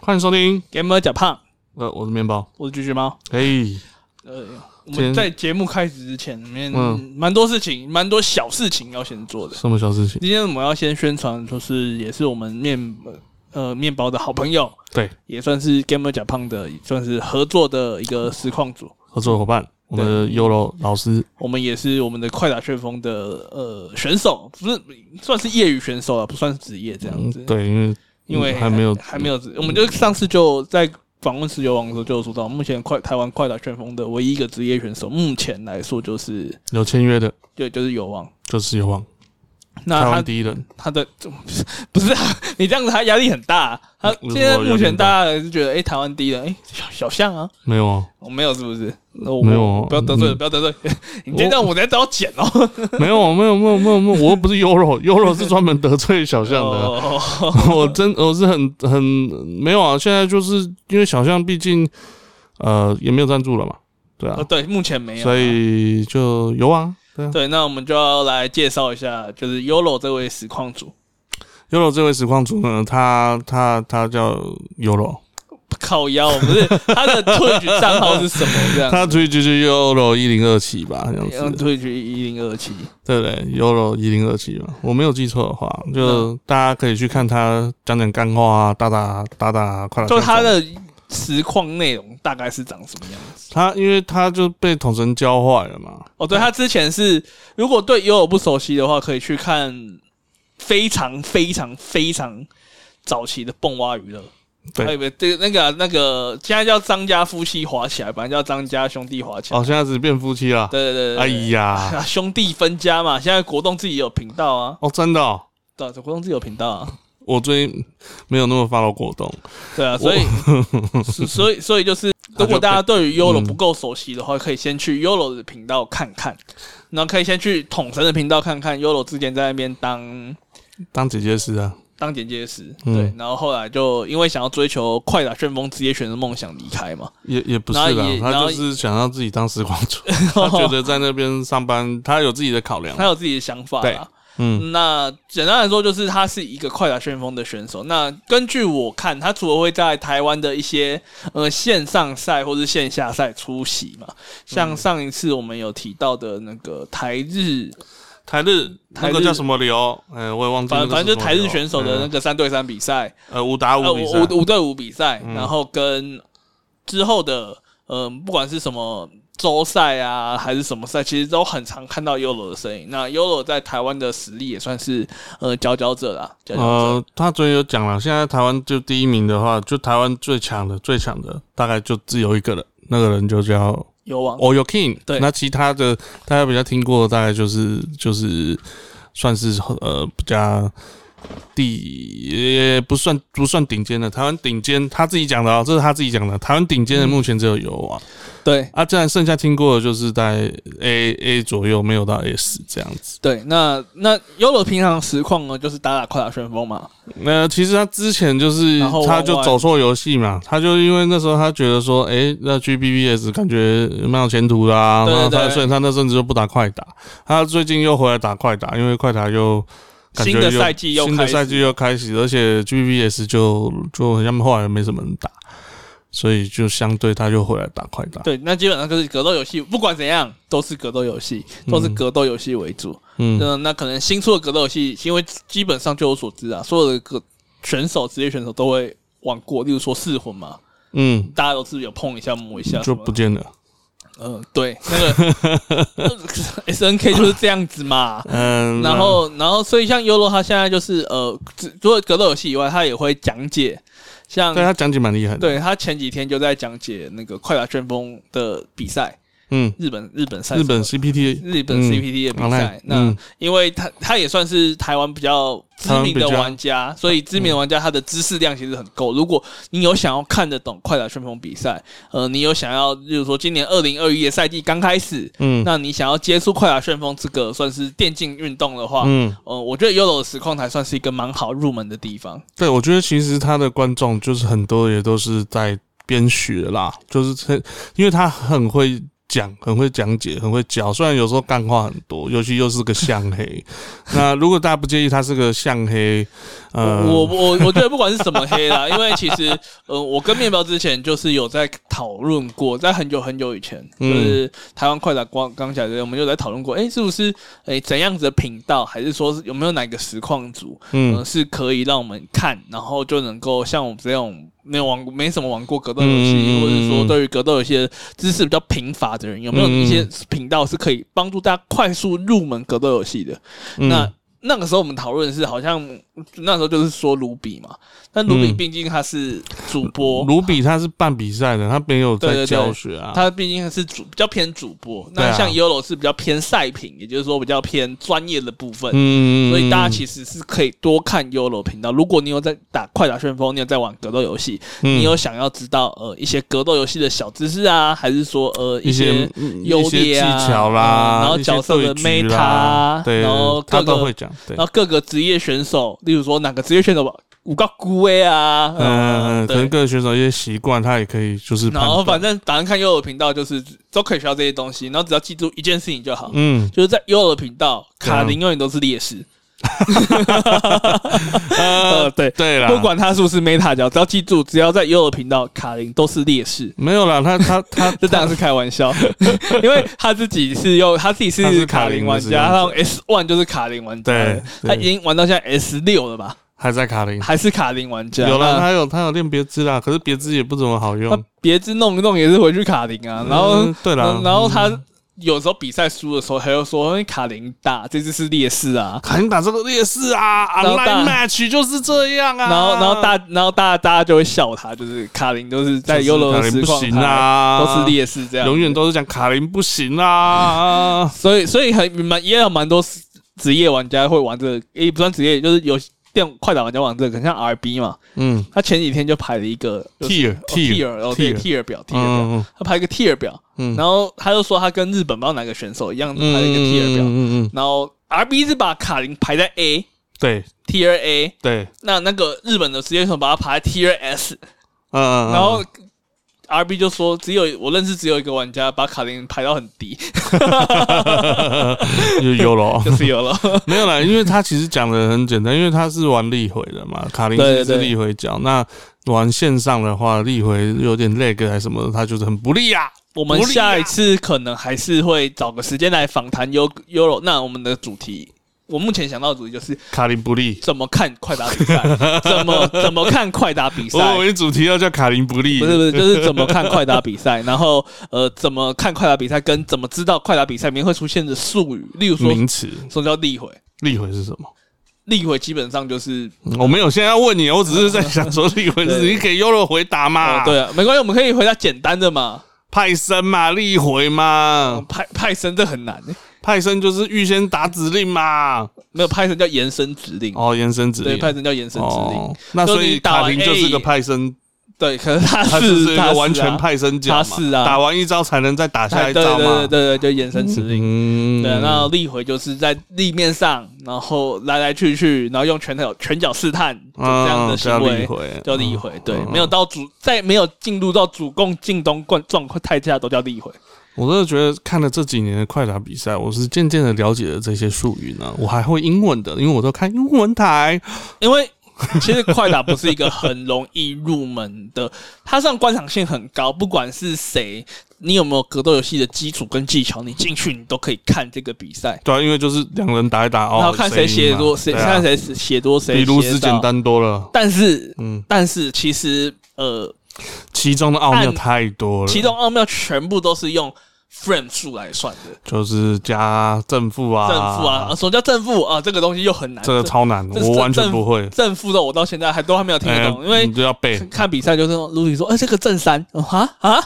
欢迎收听， Gamer 假胖，呃，我是面包，我是橘橘猫。嘿，呃，我今天们在节目开始之前，里面嗯蛮多事情，蛮多小事情要先做的。什么小事情？今天我们要先宣传，就是也是我们面呃面包的好朋友，对，也算是 Gamer 假胖的，算是合作的一个实况组。合作伙伴，我们的 Yolo 老师，我们也是我们的快打旋风的呃选手，不是算是业余选手啊，不算是职业这样嗯子。，对，因为因为嗯还没有还没有，我们就上次就在访问石油王的时候就有说到，目前快台湾快打旋风的唯一一个职业选手，目前来说就是有签约的，就就是油王。就是有望那台湾他第一人，他的 不是啊，你这样子他压力很大、啊他嗯现在我有目前点大大家还是觉得，哎、台湾第一人，哎、小小象啊，没有啊，我没有是不是？我没有啊不要得罪了，嗯不要得罪了， 你今天让我等下都要剪哦。没有啊，没有，没有，没有，没有，我又不是 Yolo，Yolo 是专门得罪小象的啊，哦，我真我是很很没有啊，现在就是因为小象毕竟呃也没有赞助了嘛，对啊哦，对，目前没有啊，所以就有啊，对啊。对，那我们就要来介绍一下，就是 Yolo 这位实况主， Yolo 这位实况主呢，他他他叫 Yolo，靠腰，不是他的 Twitch 账号是什么？这样，他推就是 Yolo 一零二七吧，这样 用子， Twitch 一零二七，对不对？Yolo 一零二七吧，我没有记错的话，嗯就大家可以去看他讲讲干话啊，打打打打快乐。就他的实况内容大概是长什么样子？他，因为他就被统神教坏了嘛，哦，对，他之前是，如果对 Yolo 不熟悉的话，可以去看非常非常非常早期的蹦蛙娱乐。对哎，不，这个那个啊、那个，现在叫张家夫妻滑起来，本来叫张家兄弟滑起来。哦，现在只变夫妻了，对对对哎对对，呀，啊，兄弟分家嘛，现在国栋自己有频道啊，哦，真的、哦，对啊，国栋自己有频道啊。我最近没有那么 follow 果冻，对啊，所以是所以所 以就是，他就如果大家对于嗯 Yolo 不够熟悉的话，可以先去 Yolo 的频道看看，然后可以先去统神的频道看看 Yolo 之前在那边当当姐姐是啊，当剪接师，嗯对，然后后来就因为想要追求快打旋风职业选的梦想离开嘛，也也不是然啦后也，他然后就是想让自己当时光 主，他觉得在那边上班，他有自己的考量他。有自己的想法啦。嗯那简单来说，就是他是一个快打旋风的选手。那根据我看，他除了会在台湾的一些呃线上赛或是线下赛出席嘛，嗯像上一次我们有提到的那个台日，台日那台日个叫什么流？哎，我也忘记那反个是什么流。反正就是台日选手的那嗯个三对三比赛，呃五打呃五比赛五五对五比赛，嗯然后跟之后的呃不管是什么。周赛啊，还是什么赛，其实都很常看到 Yolo 的身影。那 Yolo 在台湾的实力也算是呃佼佼者啦，佼佼者。呃，他昨天有讲了，现在台湾就第一名的话，就台湾最强的最强的大概就只有一个人，那个人就叫有网 o y o King。哦对那其他的大家比较听过，大概就是就是算是呃比较第也不算不算顶尖的，台湾顶尖他自己讲的啊、这是他自己讲的，台湾顶嗯尖的目前只有油王、对啊，这样剩下听过的就是在 A A 左右，没有到 S 这样子。对，那那 Yolo 平常实况呢，就是打打快打旋风嘛，那、其实他之前就是然后玩他玩就走错游戏嘛，他就因为那时候他觉得说，哎、那 GBBS 感觉蛮有前途的啊，对对然后他对所以他那阵子就不打快打，他最近又回来打快打，因为快打又感觉新的又赛季又新的开始赛季又开始，而且 GBBS 就就好像后来没什么人打，所以就相对他就回来打快打，对，那基本上就是格斗游戏，不管怎样都是格斗游戏，都是嗯格斗游戏为主。嗯，嗯，那可能新出的格斗游戏，因为基本上就我所知啊，所有的格选手职业选手都会玩过，例如说噬魂嘛，嗯，大家都是有碰一下摸一下什就么不的，见了，嗯、对，那个 S N K 就是这样子嘛，嗯，然后，然后，所以像优 o 他现在就是呃，只除了格斗游戏以外，他也会讲解，像对他讲解蛮厉害的，，对他前几天就在讲解那个快打旋风的比赛，嗯，日本日本赛日事，本 CPT 日本嗯 CPT 的比赛。那、嗯因为他他也算是台湾比较知台名湾的比较玩家，所以知名的玩家他的知识量其实很够。如果你有想要看得懂快打旋风比赛，呃，你有想要，例如说今年二零二一的赛季刚开始，嗯，那你想要接触快打旋风这个算是电竞运动的话，嗯。呃，我觉得 YOLO 的实况台算是一个蛮好入门的地方。对，我觉得其实他的观众就是很多也都是在边学啦，就是他因为他很会讲，很会讲解，很会教。虽然有时候干话很多，尤其又是个象 黑。那如果大家不介意，他是个象黑，呃，我我我觉得不管是什么黑啦，因为其 实呃，我跟面包之前就是有在讨论过，在很久很久以前，就嗯是台湾快打光刚起来的时候，我们就在讨论过，哎、是不是哎、诶怎样子的频道，还是说是有没有哪个实况组，嗯、嗯是可以让我们看，然后就能够像我们这种。没有玩过，没什么玩过格斗游戏，嗯嗯嗯嗯或者是说对于格斗游戏的知识比较贫乏的人，有没有嗯嗯嗯一些频道是可以帮助大家快速入门格斗游戏的？嗯那那个时候我们讨论是好像那时候就是说卢比嘛，但卢比嗯毕竟他是主播，卢比他是办比赛的，他没有对在对对教学啊。他毕竟还是主比较偏主播。对那啊像 Yolo 是比较偏赛品，也就是说比较偏专业的部分。嗯所以大家实其实是可以多看 Yolo 频道。如果你有在打快打旋风，你有在玩格斗游戏，嗯你有想要知道呃一些格斗游戏的小知识啊，还是说呃一些些嗯优一些劣啊技巧啦，嗯然后一些角色对的局 meta 啊啦对，然后各他都个哦会讲。对然，呃后各个职业选手，例如说哪个职业选手吧，五个孤威啊，嗯，可能对。各个选手一些习惯，他也可以就是判然断。后反正打算看 Yolo 频道，就是都可以学到这些东西，然后只要记住一件事情就好， 嗯，就是在 Yolo 频道，卡怎林样永远都是劣势。呃，呃，对， 对啦，不管他是不是 Meta 角，只要记住，只要在 Yolo 频道，卡林都是劣势。没有啦，他他他这 当然是开 玩笑，因为他自己是用他自己他是是卡卡林林玩的使用家，者他用 S One 就是卡林玩家了，对对他已经玩到现在 S 六了吧，还在卡林。还是卡林玩家。有啊那啦，他有他有练别枝啦，可是别枝也不怎么好用那。别枝弄一弄也是回去卡林啊，然后、嗯对啦然，然后他嗯有时候比赛输的时候，他又说因为卡林大，这只是劣势啊。卡林打这个劣势啊后大，online match 就是这样啊。然后，然后大，然后大家大家就会笑他，就是卡林都是就在是优柔卡的林实不况行他啊都是劣势这样，永远。都是讲卡林不行 啊。所以，所以很蛮也有蛮多职业玩家会玩这个，也不算职业，就是有电快打玩家玩这个，很像 RB 嘛。嗯他前几天就排了一个 Tier， tier tier，哦对 tier tier 表 tier 表，嗯他排一个 tier 表，嗯，然后他就说他跟日本不知道哪个选手一样排了一个嗯 tier 嗯表，嗯嗯，然后 RB 是把卡林排在 A 对 tier A，对，那那个日本的职业选手把他排在 tier S，嗯嗯， 然后 RB 就说只有我认识只有一个玩家把卡林排到很低， 就有了，哦就是有了。 没有啦，因为他其实讲的很简单，因为他是玩立回的嘛，卡林对是对是立回角，那玩线上的话，立回有点 lag 还是什么的，他就是很不利啊。我们下一次可能还是会找个时间来访谈 U Euro。那我们的主题，我目前想到的主题就是卡林不利，怎么看快打 比赛，怎么怎么看快打比哦我赛。以为主题要叫卡林不利，不是不是，就是怎么看快打比赛，然后呃，怎么看快打比赛，跟怎么知道快打比赛里面会出现的术语，例如说名词，什么叫立回，立回是什么？立回基本上就是、我没有现在要问你，哦我只是在想说立回是，对你给优柔回答嘛？哦，对，啊，没关系，我们可以回答简单的嘛。派森嘛，立回嘛，派派生这很难、欸，派森就是预先打指令嘛，没有派生叫延伸指令，哦，延伸指对，令，派生叫延伸指令，哦，那所就你以打完卡林就是个 A 派森，对，可是他他就是是一他个是完全啊派森角他嘛，是啊打完一招才能再打下哎一对招对对嘛，对对，就延伸指令。嗯对，那立回就是在立面上，然后来来去去，然后用拳头拳脚试探，就这样的嗯行叫立为回，叫立回。对，没有，有到主，在没有进入到主攻进攻状状况态下，都叫立回。我真的觉得看了这几年的快打比赛，我是渐渐的了解了这些术语呢，我还会英文的，因为我都看英文台，因为其实快打不是一个很容易入门的，它上观赏性很高，不管是谁，你有没有格斗游戏的基础跟技巧，你进去你都可以看这个比赛。对啊，因为就是两人打一打哦，然后看谁赢写嘛多，谁对啊看谁写多，谁比卢斯写少简单多了，但是，嗯，但是其实，呃，其中的奥妙按太多了，其中奥妙全部都是用 frame 数来算的，就是加正负啊，正负啊，啊，什么叫正负啊？这个东西又很难，这个超难，这是我完全正不会，正负的，我到现在还都还没有听得懂，哎因为你就要背，看比赛就是卢比说，哎，这个正三，哦哈啊，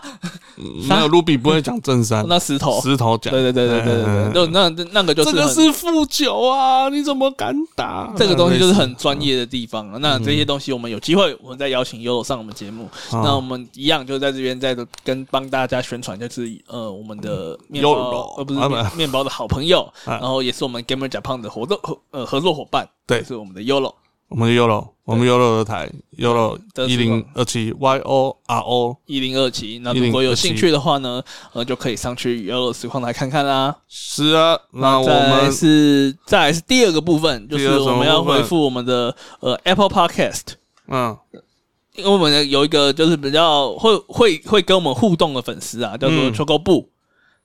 啥没有卢比不会讲正三，那石头，石头讲，对对对对对对对，嗯就 那那个就是这个很是负九啊，你怎么敢打？哎这个东西就是类嗯很专业的地方了。那这些东西我们有机会，我们再邀请 Yolo 上我们节目。似，那我啊们一样就在这边再跟帮大家宣传，就是呃我们的面包嗯 Yolo，呃不是啊面不面包的好朋友， 啊然后也是我们 Gamer 甲胖的活动合呃合作伙伴，对就是我们的 Yolo。我们的 Euro，我们 Euro 的台 Euro 得一知零二七 Y O R O，一零二七。那如果有兴趣的话呢，呃，就可以上去俄罗斯矿台看看啦。是啊，那我再来们是再来是第二个部分，就第是二什么我们要部分回复我们的呃 Apple Podcast。嗯因为我们有一个就是比较会会会跟我们互动的粉丝啊，叫做嗯秋沟布，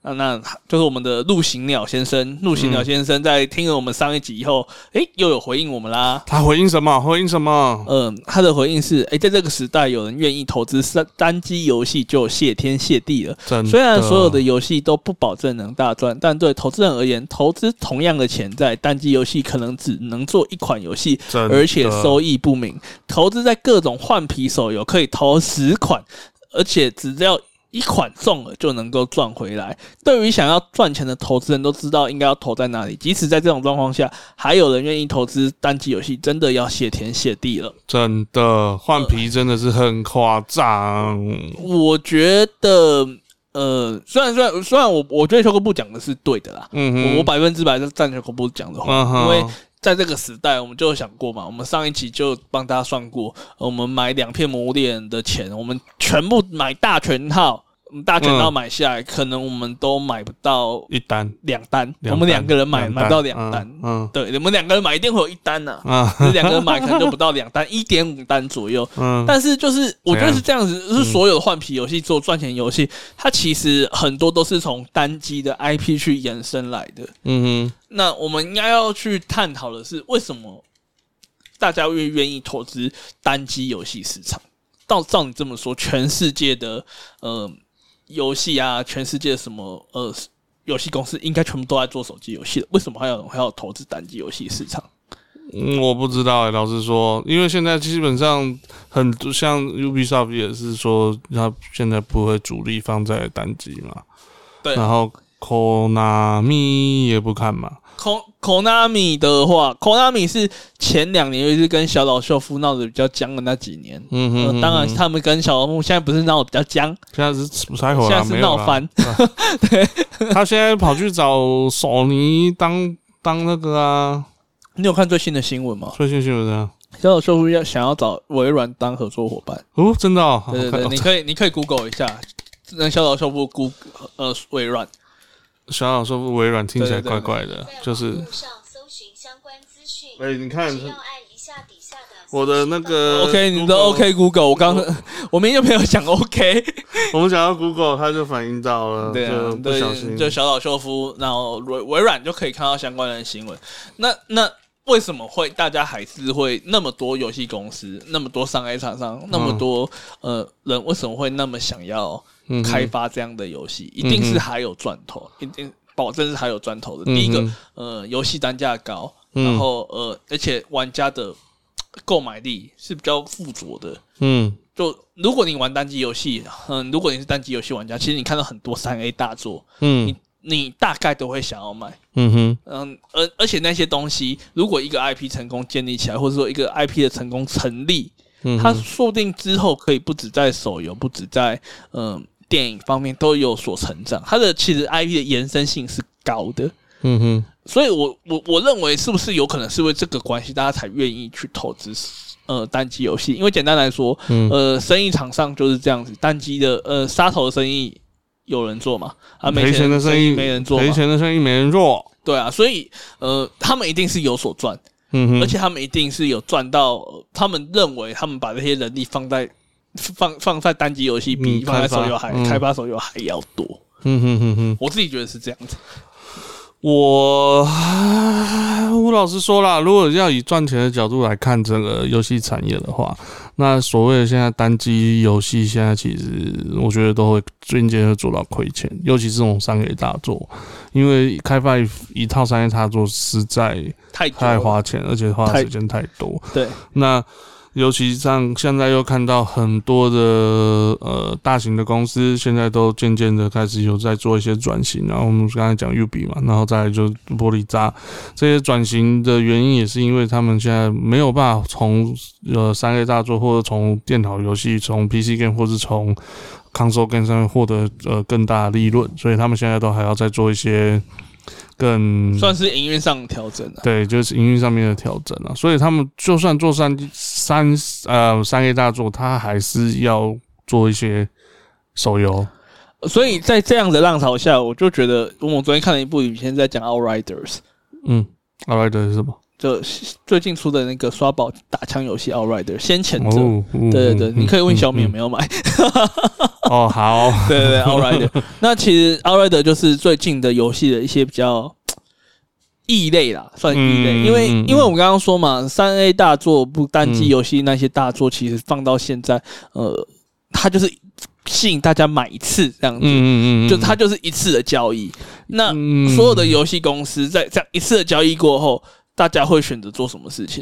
那那就是我们的陆行鸟先生。陆行鸟嗯先生在听了我们上一集以后，诶、又有回应我们啦。他回应什么？回应什么？嗯、他的回应是：诶、在这个时代，有人愿意投资单单机游戏，就谢天谢地了。真的虽然所有的游戏都不保证能大赚，但对投资人而言，投资同样的钱在单机游戏可能只能做一款游戏，真的而且收益不明。投资在各种换皮手游可以投十款，而且只要一款中了就能够赚回来。对于想要赚钱的投资人都知道应该要投在哪里。即使在这种状况下，还有人愿意投资单机游戏，真的要谢天谢地了。真的换皮真的是很夸张，我觉得，呃，虽然虽然虽然我我觉得秋哥部讲的是对的啦，嗯我哼，我百分之百是赞成恐怖讲的话，嗯哼因为在这个时代，我们就有想过嘛，我们上一期就帮大家算过，呃我们买两片魔物猎人的钱，我们全部买大全套，嗯大全套嗯买下来，可能我们都买不到一单，两单，单我们两个人买单买不到两单，嗯对，我们两个人买一定会有一 单呐、嗯啊就是两个人买可能就不到两单，一点五单左右，嗯，但是就是我觉得是这样子，就是嗯所有的换皮游戏做赚钱游戏，它其实很多都是从单机的 IP 去延伸来的。嗯哼，那我们应该要去探讨的是，为什么大家越愿意投资单机游戏市场？照照你这么说，全世界的呃游戏啊，全世界什么呃游戏公司应该全部都在做手机游戏了，为什么还有还要投资单机游戏市场？嗯，我不知道哎、老实说，因为现在基本上很多像 Ubisoft 也是说，它现在不会主力放在单机嘛，对然后 Konami 也不看嘛， Kon- Konami 的话，Konami 是前两年，尤其是跟小岛秀夫闹得比较僵的那几年。嗯哼呃嗯哼当然，他们跟小木现在不是闹得比较僵，现在是不太火现了，在哦没有是闹啦翻。 他现在跑去找索尼当当那个啊，你有看最新的新闻吗？最新新闻啊，小岛秀夫要想要找微软当合作伙伴。哦，真的哦，对对对，我你看可以你可以 Google 一下，那小岛秀夫 Google 呃微软。小小说微软听起来对对对怪怪的，就是在网络上搜寻相关资讯，哎，你看只要按一下底下的搜寻我的那棒个 OK，你的 Google- OK Google，我刚我明明就没有讲 OK。 我们讲到 Google，它就反映到了， 对啊就，不小对，心就小岛秀夫，然后微微软就可以看到相关的新闻。那那为什么会大家还是会那么多游戏公司、那么多商 A 厂商、那么多、呃人，为什么会那么想要嗯哼嗯开发这样的游戏？一定是还有赚头，一定保证是还有赚头的。第一个嗯，呃，游戏单价高，嗯然后呃，而且玩家的呃购买力是比较附着的。嗯就如果你玩单机游戏，嗯，如果你是单机游戏玩家，其实你看到很多三 A 大作，嗯你你大概都会想要买。嗯哼，嗯，而而且那些东西，如果一个 IP 成功建立起来，或者说一个 IP 的成功成立，嗯它哼，说不定之后可以不止在手游，不止在嗯、电影方面都有所成长。它的其实 IP 的延伸性是高的，嗯哼，所以我我我认为是不是有可能是因为这个关系，大家才愿意去投资呃单机游戏？因为简单来说，嗯呃，生意场上就是这样子，单机的呃杀头的生意有人做嘛，啊，没赔钱的生生意没人做嘛赔，钱的生意没人做，对啊，所以呃，他们一定是有所赚，嗯哼，而且他们一定是有赚到，呃他们认为他们把这些人力放在放放在单机游戏比嗯放在开发手游还、嗯开发手游还要多，嗯哼哼哼，我自己觉得是这样子。我我老实说啦，如果要以赚钱的角度来看整个游戏产业的话，那所谓的现在单机游戏，现在其实我觉得都会渐渐会做到亏钱，尤其是这种商业大作，因为开发一一套商业大作实在太久太了花钱，而且花的太时间太多。对，那尤其像现在又看到很多的呃大型的公司，现在都渐渐的开始有在做一些转型。然后我们刚才讲 U 比嘛，然后再来就是玻璃渣这些转型的原因，也是因为他们现在没有办法从呃三 A 大作或者从电脑游戏、从 PC game 或是从 console game 上面获得呃更大的利润，所以他们现在都还要再做一些更算是营运上的调整啊。对，就是营运上面的调整啊。所以他们就算做三三呃三 A 大作，他还是要做一些手游。啊所以在这样的浪潮下，我就觉得，我昨天看了一部影片，在讲《Outriders》，嗯，Alright 是什么？就最近出的那个刷宝打枪游戏《Outriders》，先前者。哦，嗯对对对，你可以问小米有没有？有买。哦， 好，对 对对，Outrider。那其实 Outrider 就是最近的游戏的一些比较异类啦，算异类，嗯因为嗯嗯因为我们刚刚说嘛，三 A 大作不单机嗯游戏那些大作，其实放到现在，呃，它就是吸引大家买一次这样子，嗯嗯嗯，就它就是一次的交易。那嗯所有的游戏公司在这样一次的交易过后。大家会选择做什么事情？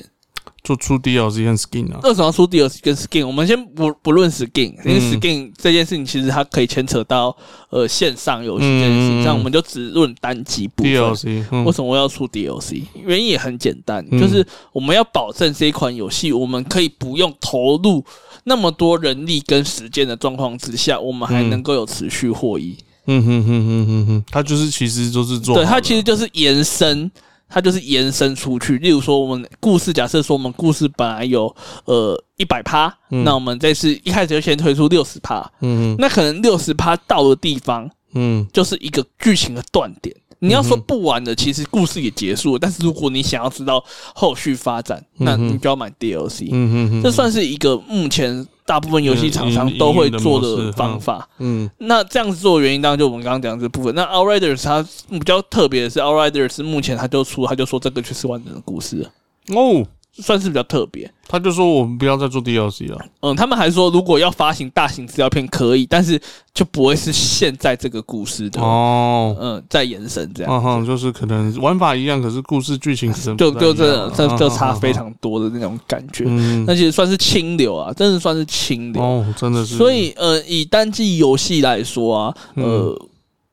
做出 DLC 和 skin 啊， 为什么要出 DLC 跟 skin？我们先不不论 skin，因为嗯 skin 这件事情其实它可以牵扯到呃线上游戏这件事嗯情，这样我们就只论单机部分。 DLC，嗯为什么要出 DLC？原因也很简单，嗯就是我们要保证这一款游戏，我们可以不用投入那么多人力跟时间的状况之下，我们还嗯能够有持续获益。嗯哼哼哼哼哼，他就是其实就是做好对，了，它其实就是延伸，它就是延伸出去。例如说，我们故事假设说我们故事本来有呃一百趴，嗯那我们这次一开始就先推出六十趴，嗯那可能六十趴到的地方嗯就是一个剧情的断点。你要说不玩的，其实故事也结束了。但是如果你想要知道后续发展，那你就要买 DLC。嗯哼哼，这算是一个目前大部分游戏厂商都会做的方法。嗯那这样子做的原因，当然就我们刚刚讲的这部分。那 Outriders 它比较特别的是，Outriders 目前它就出，它就说这个就是完整的故事了，哦，算是比较特别。他就说我们不要再做 DLC 了，嗯，他们还说，如果要发行大型资料片可以，但是就不会是现在这个故事的，哦，嗯，在延伸这样，嗯哼，就是可能玩法一样，可是故事剧情可能就不太就一样这了这就嗯差嗯非常多的那种感觉。嗯那其实算是清流啊，真的算是清流。哦，真的是，嗯所以呃，以单机游戏来说啊，呃，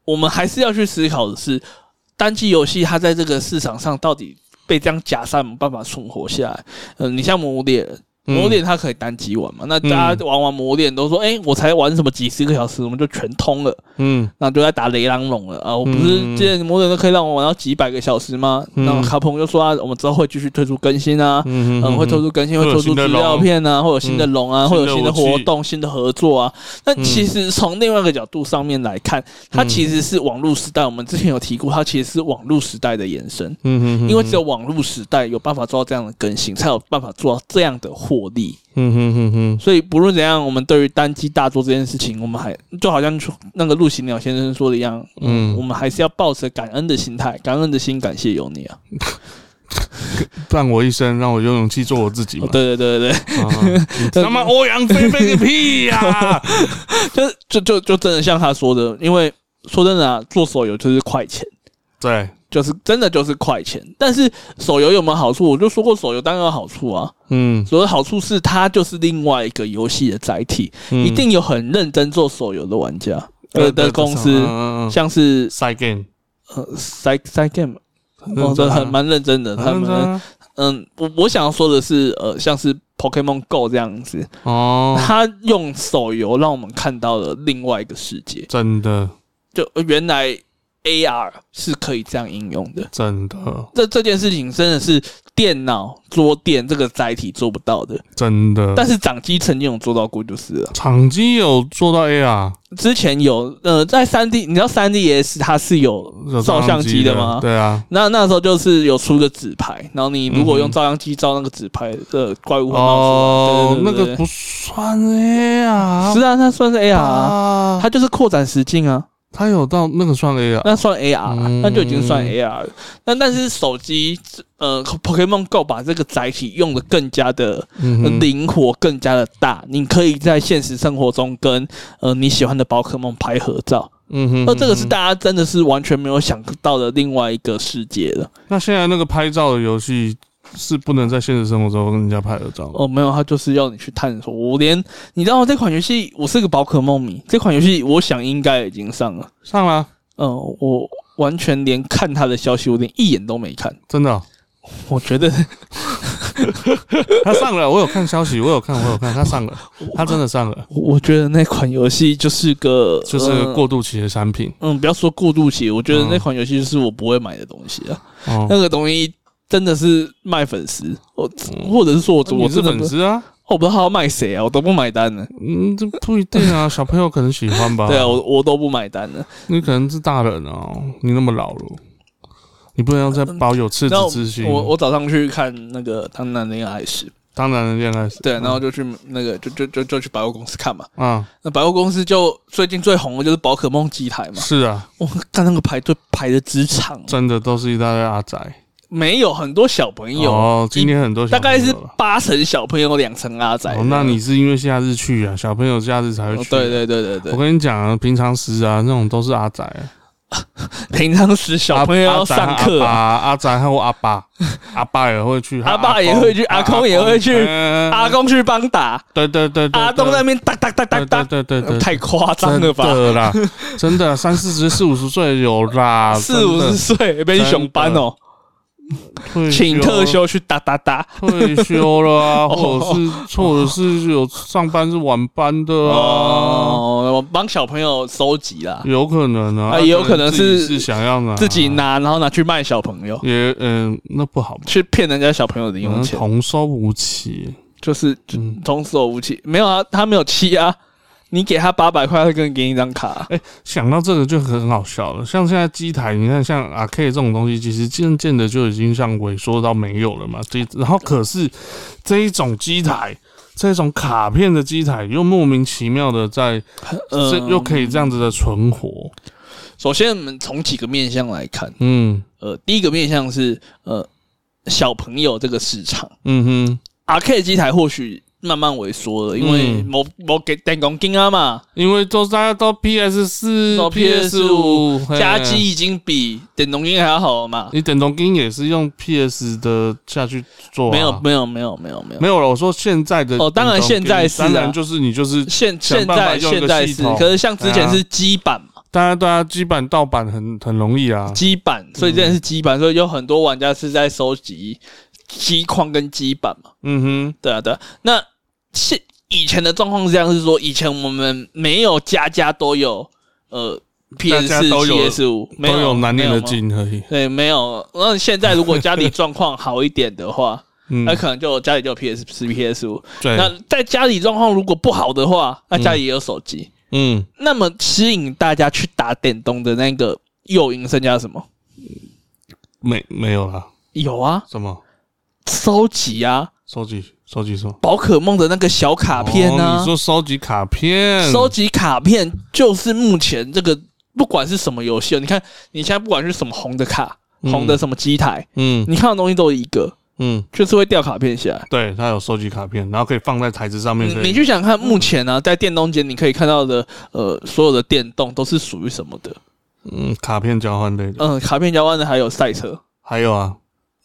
我们还是要去思考的是，单机游戏它在这个市场上到底被这样假散有没有办法存活下来？嗯、你像《魔物猎人》。嗯魔物猎人它可以单机玩嘛？那大家玩完魔物猎人都说，哎、我才玩什么几十个小时，我们就全通了，嗯那就在打雷狼龙了啊！我不是嗯之前魔物猎人都可以让我玩到几百个小时吗？嗯那卡朋就说啊，我们之后会继续推出更新啊，嗯嗯，会推出更新，会推出资料片啊，会有新的龙啊，嗯会有新新的的活武器动、新的合作啊。那其实从另外一个角度上面来看，它嗯其实是网络时代，我们之前有提过，它其实是网络时代的延伸。嗯哼哼，因为只有网络时代有办法做到这样的更新，才有办法做到这样的获利。嗯哼哼哼，所以不论怎样，我们对于单机大作这件事情，我们还就好像那个陆行鸟先生说的一样，嗯，嗯我们还是要抱着感恩的心态，感恩的心，感谢有你啊！伴我一生，让我有勇气做我自己嘛哦、，对对对对对，啊 你他妈欧阳菲菲个屁呀！就是就就就真的像他说的，因为说真的啊，做手游就是快钱，对，就是真的就是快钱。但是手游有没有好处？我就说过，手游当然有好处啊。嗯，所有好处是它就是另外一个游戏的载体，嗯一定有很认真做手游的玩家呃呃的公司，嗯像是 side game，呃 Side Side Game，哦，认对，真啊很蛮认真的。他认真们啊嗯，我我想要说的是，呃，像是 Pokemon Go 这样子， 哦，它用手游让我们看到了另外一个世界。真的就呃原来 AR 是可以这样应用的。真的这这件事情真的是电脑桌垫这个载体做不到的，真的，但是掌机曾经有做到过，就是了。场机有做到 AR 之前有呃，在三 D，你知道三 DS 它是有有照相机的的吗？对啊，那那时候就是有出个纸牌，然后你如果嗯哼用照相机照那个纸牌的怪物会冒哦出，来，那对对对个不算哎 AR，对是啊，那算是 AR，啊啊，它就是扩展实境啊。它有到那个算 AR，那算 AR，、嗯那就已经算 AR 了。那但是手机，呃，Pokemon Go 把这个载体用的更加的呃嗯哼灵活，更加的大。你可以在现实生活中跟呃你喜欢的宝可梦拍合照，嗯哼，哦那这个是大家真的是完全没有想到的另外一个世界了。那现在那个拍照的游戏是不能在现实生活中跟人家拍合照的。哦，没有，它就是要你去探索。我连你知道这款游戏，我是个宝可梦迷，这款游戏我想应该已经上了。上啦，嗯、我 完全连看它的消息，我连一眼都没看。真的哦、我觉得他上了，我有看消息，我有看，我有看，他上 了，他真的上了，我觉得那款游戏就是个就是呃过渡期的产品嗯，不要说过渡期，我觉得嗯那款游戏就是我不会买的东西啊。哦那。个东西真的是卖粉丝，我或者是说我嗯哦你我是真的不粉，丝啊？我不知道他要卖谁啊，我都不买单的。嗯，这不一定 啊，小朋友可能喜欢吧。对啊，我我都不买单的。你可能是大人哦，你那么老了，你不能要再呃嗯保有赤子然后之心。我我早上去看那个《当男人恋爱时》，当然恋爱是对，啊然后就去那个就就就就去百货公司看嘛。啊，那百货公司就最近最红的就是宝可梦机台嘛，是啊，我看那个排队排的职场，真的都是一大堆阿宅。没有很多小朋友，哦，今天很多大小朋友概是了八成小朋友，两成阿仔。哦，那你是因为夏日去啊，小朋友假日才会哦去。啊对。对对对对我，跟你讲啊，平常时啊，那种都是阿宅啊，平常时小朋友阿要上课，啊阿宅和阿爸阿宅和我阿爸，阿 爸也会去，阿爸公也会去阿公也会去嗯阿公去帮打，对对对，对阿东对在那边哒哒哒哒哒，对对对对对，太夸张真了吧？的啦，真的啊三四十、四五十岁有啦，四五十岁被熊班哦，真的退请特休休去哒哒哒。退休了啊，或者 哦是或者是有上班是晚班的啊，哦，我帮小朋友收集啦，有可能啊，啊也有可能自己是是想要拿自己，拿，然后拿去卖小朋友，也嗯，那不好吧，去骗人家小朋友的可能零钱，童叟无欺，就是嗯。童叟无欺。没有啊，他没有欺啊，你给他八百块，他会跟你给你一张卡啊。想到这个就很好笑了，像现在机台，你看像 R K 这种东西，其实渐渐的就已经像萎缩到没有了嘛。这然后可是这一种机台，这种卡片的机台又莫名其妙的在这嗯又可以这样子的存活，首先，我们从几个面向来看，嗯呃，第一个面向是呃小朋友这个市场嗯哼， ，arcade 机台或许慢慢萎缩了，因为嗯某某给电工金啊嘛，因为都大家都 P S 四到、 S 五加机，已经比电工金还要好了嘛。你等同金也是用 P S 的下去做、啊，没有，没有，没有，没有，没有没。有了。我说现在的哦当然电动现在是啊当然就是你就是现想现办法在用一个现在系是，统可是像之前对啊是基板嘛，大家大家基本盗版很很容易啊，基板，所以之前是基板，所以有很多玩家是在收集机框跟基板嘛。嗯对啊，对啊。那现以前的状况是这样，是说以前我们没有家家都有呃 PS 家四、都有 PS 五，哼，没都有难念的。没有吗经而已。对，没有。那现在如果家里状况好一点的话， 嗯那，可能就有家里就有 PS 四、PS 五。对，那在家里状况如果不好的话，那家里也有手机。嗯，那么吸引大家去打电动的那个诱因剩下什么？没没有啦，有啊，什么收集啊，收集收集什么宝可梦的那个小卡片啊。哦你说收集卡片，收集卡片就是目前这个不管是什么游戏哦，你看你现在不管是什么红的卡、嗯红的什么机台，嗯你看到的东西都有一个，嗯，就是会掉卡片下来。对，它有收集卡片，然后可以放在台子上面，你可嗯你以去想看，目前呢、在电动间你可以看到的，呃，所有的电动都是属于什么的？嗯，卡片交换类的，嗯、卡片交换的还有赛车，还有啊，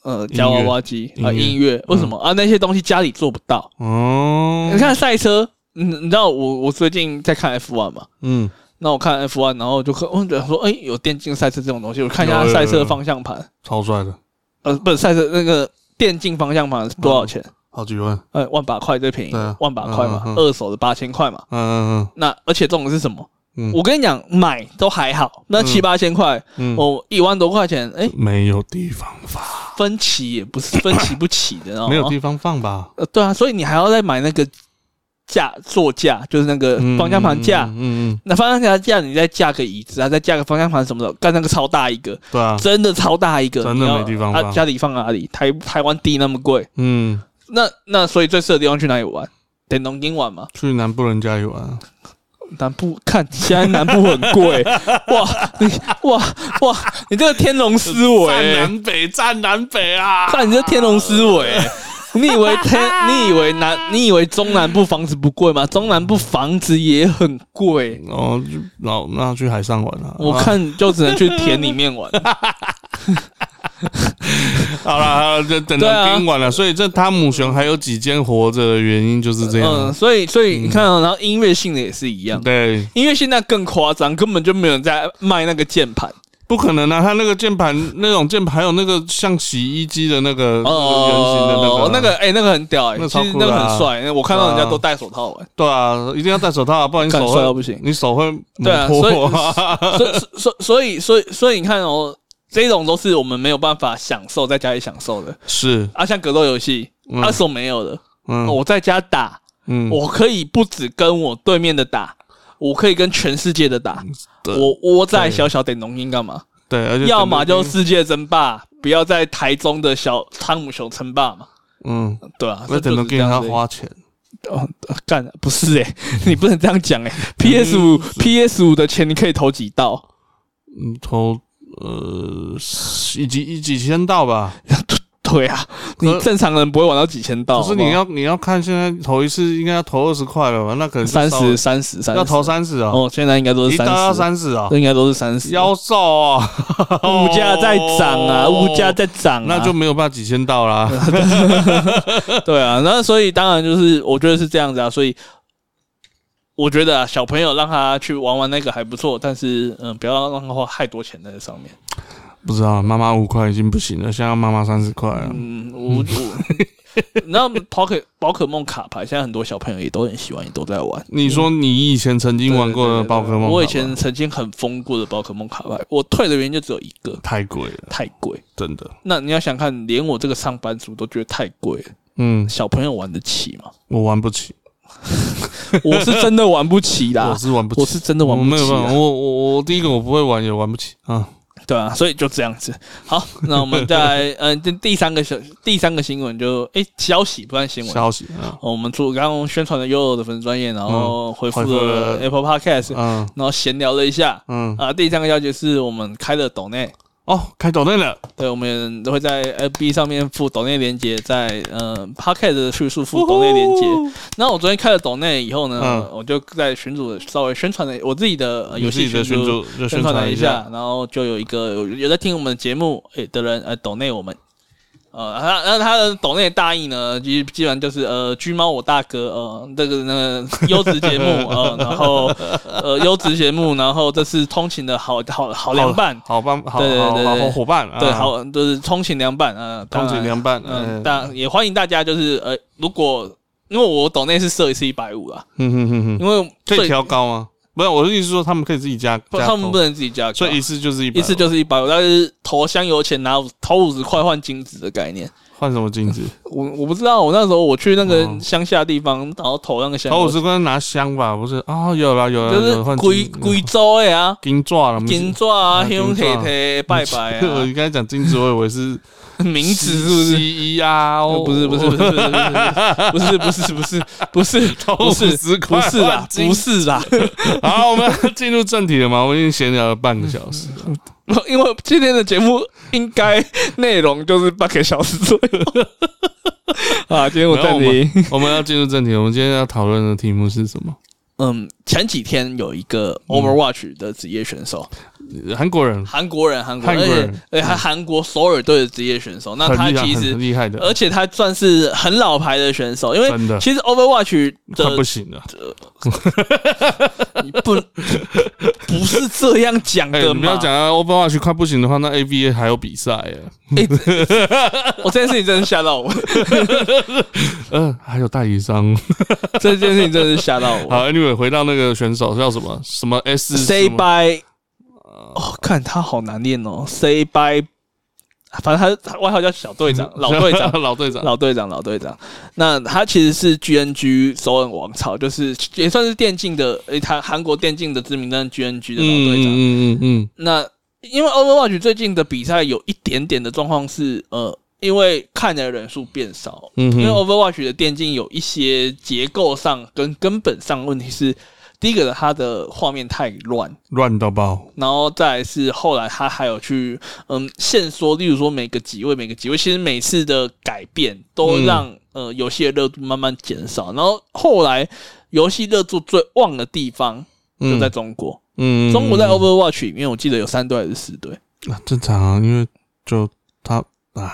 呃，夹娃娃机音乐嗯啊、音乐，为什么、啊？那些东西家里做不到。哦，你，看赛车，你你知道我我最近在看 F1 嘛？嗯，那我看 F1，然后就看，我就想说，哎、有电竞赛车这种东西，我看一下有有有赛车方向盘，超帅的，呃，不是赛车那个电竞方向盘是多少钱？好几万，呃，万把块最便宜嗯对啊，万把块嘛，嗯嗯嗯二手的八千块嘛。嗯那而且这种是什么？嗯嗯我跟你讲，买都还好，那七八千块，嗯嗯，哦，一万多块钱，哎、没有地方放，分期也不是分期不起的，哦没有地方放吧？呃，对啊，所以你还要再买那个架座架，就是那个嗯呃方向盘架。嗯嗯嗯，那方向盘架，你再架个椅子啊，再架个方向盘什么的，干那个超大一个，对啊，真的超大一个，真的你要没地方啊，放家里放哪里？台台湾地那么贵，嗯，那那所以最适合的地方去哪里玩？等农金玩嘛，去南部人家里玩啊。南部看现在南部很 贵哇，你哇哇，你这个天龙思维、欸，北，站南北啊！看你这天龙思维欸、你以为天？你以为南？你以为中南部房子不贵吗？中南部房子也很贵，哦，就老那去海上玩啊！我看就只能去田里面 玩。啊好了，好啦这等对啊到宾馆了。所以这汤姆熊还有几间活着的原因就是这嗯，样。所以所以你看哦、然后音乐性的也是一样，对，音乐现在更夸张，根本就没有人在卖那个键盘，不可能啊！他那个键盘那种键盘，还有那个像洗衣机的那个那个圆形的那个哦啊，那个哎、那个很屌哎、那其超实酷那的啊个很帅，我看到人家都戴手套玩、对啊，一定要戴手套啊，不然你干手帅到会不行你手会对啊磨破啊。所以所所以所以所以你看哦，这种都是我们没有办法享受在家里享受的 是，啊，像格斗游戏，嗯二手没有的，嗯，我在家打，嗯，我可以不止跟我对面的打，我可以跟全世界的打。对我窝在小小点农音干嘛？对，而且嗯要么就世界争霸，不要在台中的小汤姆熊称霸嘛。嗯，对啊，那等这着就是这给他样子花钱，哦，干不是哎、 你不能这样 讲哎、PS 五 PS 五的钱你可以投几道？嗯，投呃以及几千到吧。对啊，可你正常人不会玩到几千道。可是好不你哦好要你要看现在投一次应该要投二十块了吧？那可能就三稍微十、三十、三要投三十啊，哦，现在应该都是一三单要十，三十啊，应该都是三十。妖兽啊， 物价在 涨啊，物价在涨、啊，那就没有办法几千到 啦。对啊，那所以当然就是我觉得是这样子啊，所以我觉得啊，小朋友让他去玩玩那个还不错，但是嗯，不要让他花太多钱在这上面。不知道，妈妈五块已经不行了，现在要妈妈三十块啊。嗯，我我，你知道宝可宝可梦卡牌现在很多小朋友也都很喜欢，也都在玩。你说你以前曾经玩过的宝可梦卡吧，我以前曾经很疯过的宝可梦卡牌，我退的原因就只有一个，太贵了，太贵。真的。那你要想看，连我这个上班族都觉得太贵了，嗯，小朋友玩得起吗？我玩不起，我是真的玩不起啦， 我是玩不起，啊我是真的玩我不起没啊啦。有办法，我我我第一个我不会玩，也玩不起啊。对啊，所以就这样子。好，那我们再来，嗯、这第三个小第三个新闻就，诶消息不算新闻。消息啊，哦，我们做刚刚宣传的 YOLO 的粉丝专业，然后回复嗯回复了了 Apple Podcast，、嗯然后闲聊了一下。嗯，啊，第三个消息是我们开了抖内，哦，开抖内了，对，我们都会在 FB 上面附抖内连接，在呃 Podcast 的叙述附抖内连接。那我昨天开了抖内以后呢，嗯我就在群组稍微宣传了我自己的呃游有自戏己的群宣组传就宣宣传了传一下下，，然后就有一个有有在听我们的节目诶的人呃抖内我们，呃他那他的抖内大意呢，基基本上就是呃橘猫我大哥呃这个那个优质节目呃，然后呃优质节目，然后这是通勤的好好好凉拌。好帮好对对好对好对好伙伴，啊对，好，就是通勤凉拌，呃，通勤凉拌，嗯，嗯，嗯但也欢迎大家，就是呃，如果因为我抖内是设一次一百五啦，嗯嗯嗯，因为可以最调高吗？不是，我的意思是说他们可以自己加，不加他们购不能自己加，啊所以一次就是一百一次就是一百五，但是投香油钱拿五投五十块换金子的概念。换什么镜子？我我不知道，我那时候我去那个哦乡下地方，然后投那个香投油五钱，十块拿香吧，不是啊、有了有了，就有了是换贵金贵州的啊，金抓了，金纸啊，啊金纸香铁铁拜 拜我啊，刚才讲金子，我以为是 名字是不是？西医啊？哦不是不是不是不是不是不是不是不是不是不是50不块是啦换金不是啦， 好，我们要进入正题了嘛？我们已经闲聊了半个小时 了，因为今天的节目应该内容就是半个小时左右。 啊，今天我然后暂我停们。我们要进入正题，我们今天要讨论的题目是什么？嗯，前几天有一个嗯 Overwatch 的职业选手，韩国人韩国人，韩国人，韩国而人嗯且而且他韩国首尔队的职业选手，那很他厉害，其很实很，厉害的，而且他算是很老牌的选手，因为真的其实 Overwatch 快的不行了。你不不是这样讲哎，的你不要嘛讲。啊，Overwatch 快不行的话，那 AVA 还有比赛啊耶，哎 我这件事情真的吓 到我，嗯，还有代理商。哦这件事情真的是吓到我。好，Anyway，回到那个选手叫什么什么 S Say 什么 by，哦，看他好难念哦。Say by，反正他他外号叫小 队长、老队长、老队长，老队长，老队长。那他其实是 GNG 首尔王朝，就是也算是电竞的，诶，他韩国电竞的知名的 GNG 的老队长。嗯嗯嗯那因为 Overwatch 最近的比赛有一点点的状况是，呃，因为看的人数变少，嗯哼因为 Overwatch 的电竞有一些结构上跟根本上问题是，第一个它的画面太乱，嗯，乱到爆，然后再来是后来他还有去嗯限缩，例如说每个几位每个几位，其实每次的改变都让、嗯呃游戏的热度慢慢减少，然后后来游戏热度最旺的地方就嗯在中国，嗯，中国在嗯 Overwatch 里面我记得有三队还是四队，啊正常啊，因为就他啊，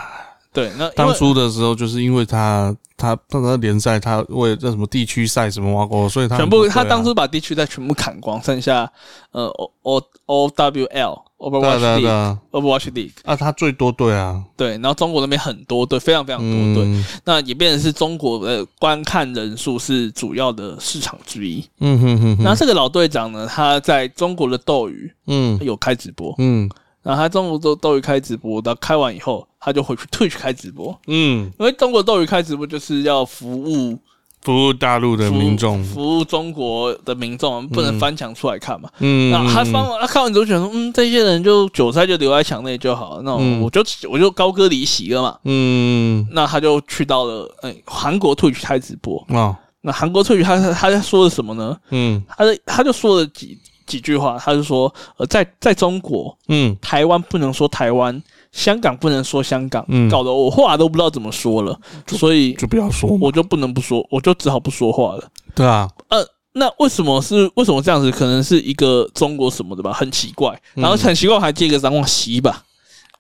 对，那因为当初的时候就是因为他他他的联赛，他为了那什么地区赛什么挖过，所以他全部很不会啊他当初把地区赛全部砍光，剩下呃 O O O W L 对啊 Overwatch 对啊对 League、啊， Overwatch League，啊他最多对啊，对，然后中国那边很多队，非常非常多队，嗯那也变成是中国的观看人数是主要的市场之一。嗯哼哼那哼，这个老队长呢，他在中国的斗鱼嗯有开直播，嗯然后他中国斗斗鱼开直播，到开完以后，他就回去 Twitch 开直播，嗯，因为中国斗鱼开直播就是要服务服务大陆的服务民众，服务中国的民众，不能翻墙出来看嘛。嗯，那他嗯翻完他看完之后，觉得嗯，这些人就韭菜就留在墙内就好了，那我嗯我就我就高歌离席了嘛。嗯那他就去到了哎韩国 Twitch 开直播，哦那韩国 Twitch 他他在说的什么呢？嗯他的他就说了几几句话，他就说呃，在在中国，嗯台湾不能说台湾，香港不能说香港，嗯搞得我话都不知道怎么说了，所以就不要说嘛，我就不能不说，我就只好不说话了。对啊，呃，那为什么是为什么这样子？可能是一个中国什么的吧，很奇怪。嗯然后很奇怪，我还接一个脏话洗吧，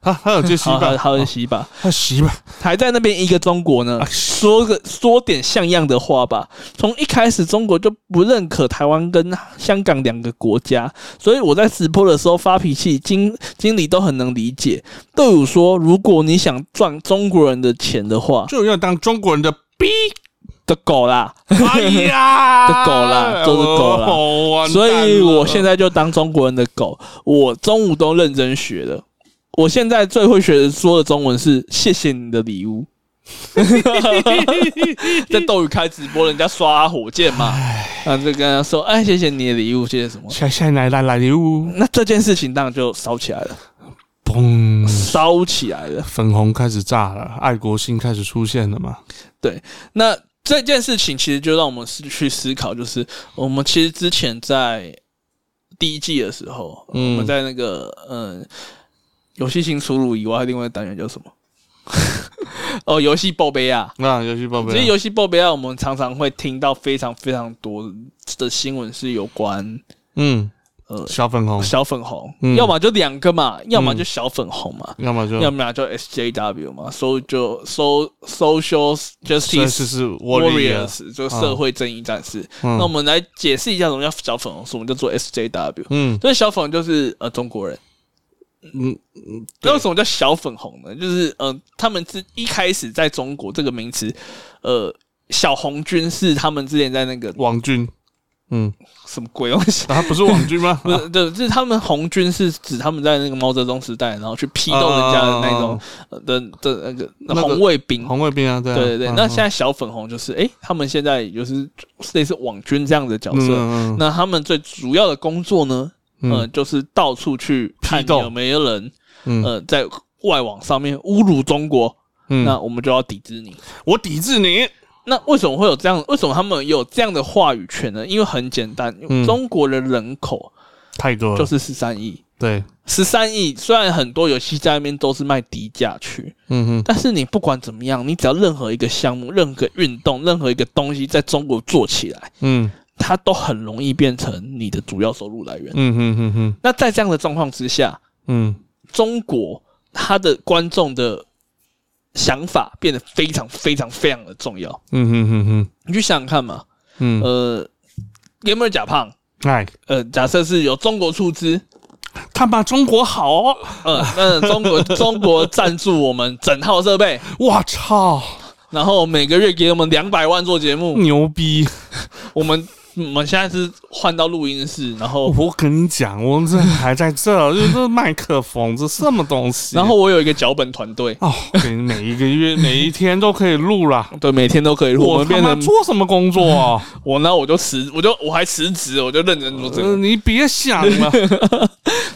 他他有这洗好，还吧，有还有洗吧，他洗吧，还在那边一个中国呢啊，说个说点像样的话吧。从一开始，中国就不认可台湾跟香港两个国家，所以我在直播的时候发脾气，经经理都很能理解。队伍说，如果你想赚中国人的钱的话，就要当中国人的逼，的狗啦。哎呀，哦这狗啦 都是狗啦啦所以我现在在就当中国人的狗，我中午都认真学了。我现在最会学的说的中文是“谢谢你的礼物”， 在斗鱼开直播，人家刷火箭嘛，然后就跟他说：“哎，谢谢你的礼物，谢谢什么下下来来来呜，？”那这件事情当然就烧起来了，嘣，烧起来了。粉红开始炸了，爱国心开始出现了嘛，那这件事情其实就让我们思去思考，就是我们其实之前在第一季的时候，嗯我们在那个嗯游戏新出炉以外，另外一个单元叫什么？ 哦，游戏报备啊。那游戏宝贝其实啊，游戏报备啊，我们常常会听到非常非常多的新闻是有关嗯，呃小粉红，小粉红，嗯要么就两个嘛，要么就小粉红嘛，要么就要么就 SJW 嘛，搜就搜 social 这 justice 是是 warriors， Warriors 就社会正义战士。嗯那我们来解释一下什么叫小粉红，什么叫做 SJW。嗯所以小粉红就是呃中国人，嗯，对那为什么叫小粉红呢？就是呃他们是一开始在中国这个名词，呃小红军是他们之前在那个王军，嗯，。什么鬼东西啊不是王军吗？ 不是，对，就是他们红军是指他们在那个毛泽东时代，然后去批斗人家的那种啊呃的的那那个个红卫兵，红卫兵啊，对啊对对对。嗯那现在小粉红就是，诶，他们现在也就是类似网军这样的角嗯色，嗯那他们最主要的工作呢，嗯呃，就是到处去看批斗有没有人，嗯呃，在外网上面侮辱中国，嗯那我们就要抵制你。我抵制你，那为什么会有这样？为什么他们有这样的话语权呢？因为很简单，嗯中国的人口太多了，就是十三亿，对，十三亿虽然很多游戏在那边都是卖低价区，嗯哼，但是你不管怎么样，你只要任何一个项目、任何一个运动、任何一个东西在中国做起来，嗯它都很容易变成你的主要收入来源。嗯哼哼哼，那在这样的状况之下，嗯中国它的观众的想法变得非常非常非常的重要。嗯哼哼哼，你去想想看嘛，嗯，呃，gamer 假胖，哎，呃，假设是有中国出资，他妈中国好哦，呃，那中 国中国赞助我们整套设备，我操，然后每个月给我们两百万做节目，牛逼！我们。我们现在是换到录音室，然后我跟你讲，我这还在这，这这麦克风，这什么东西？然后我有一个脚本团队，哦，给你每一个 月每一天都可以录啦。对，每天都可以录。我我们他变妈成做什么工作啊？ 我，那我就辞，我就我还辞职，我就认真做这呃个。你别想 了，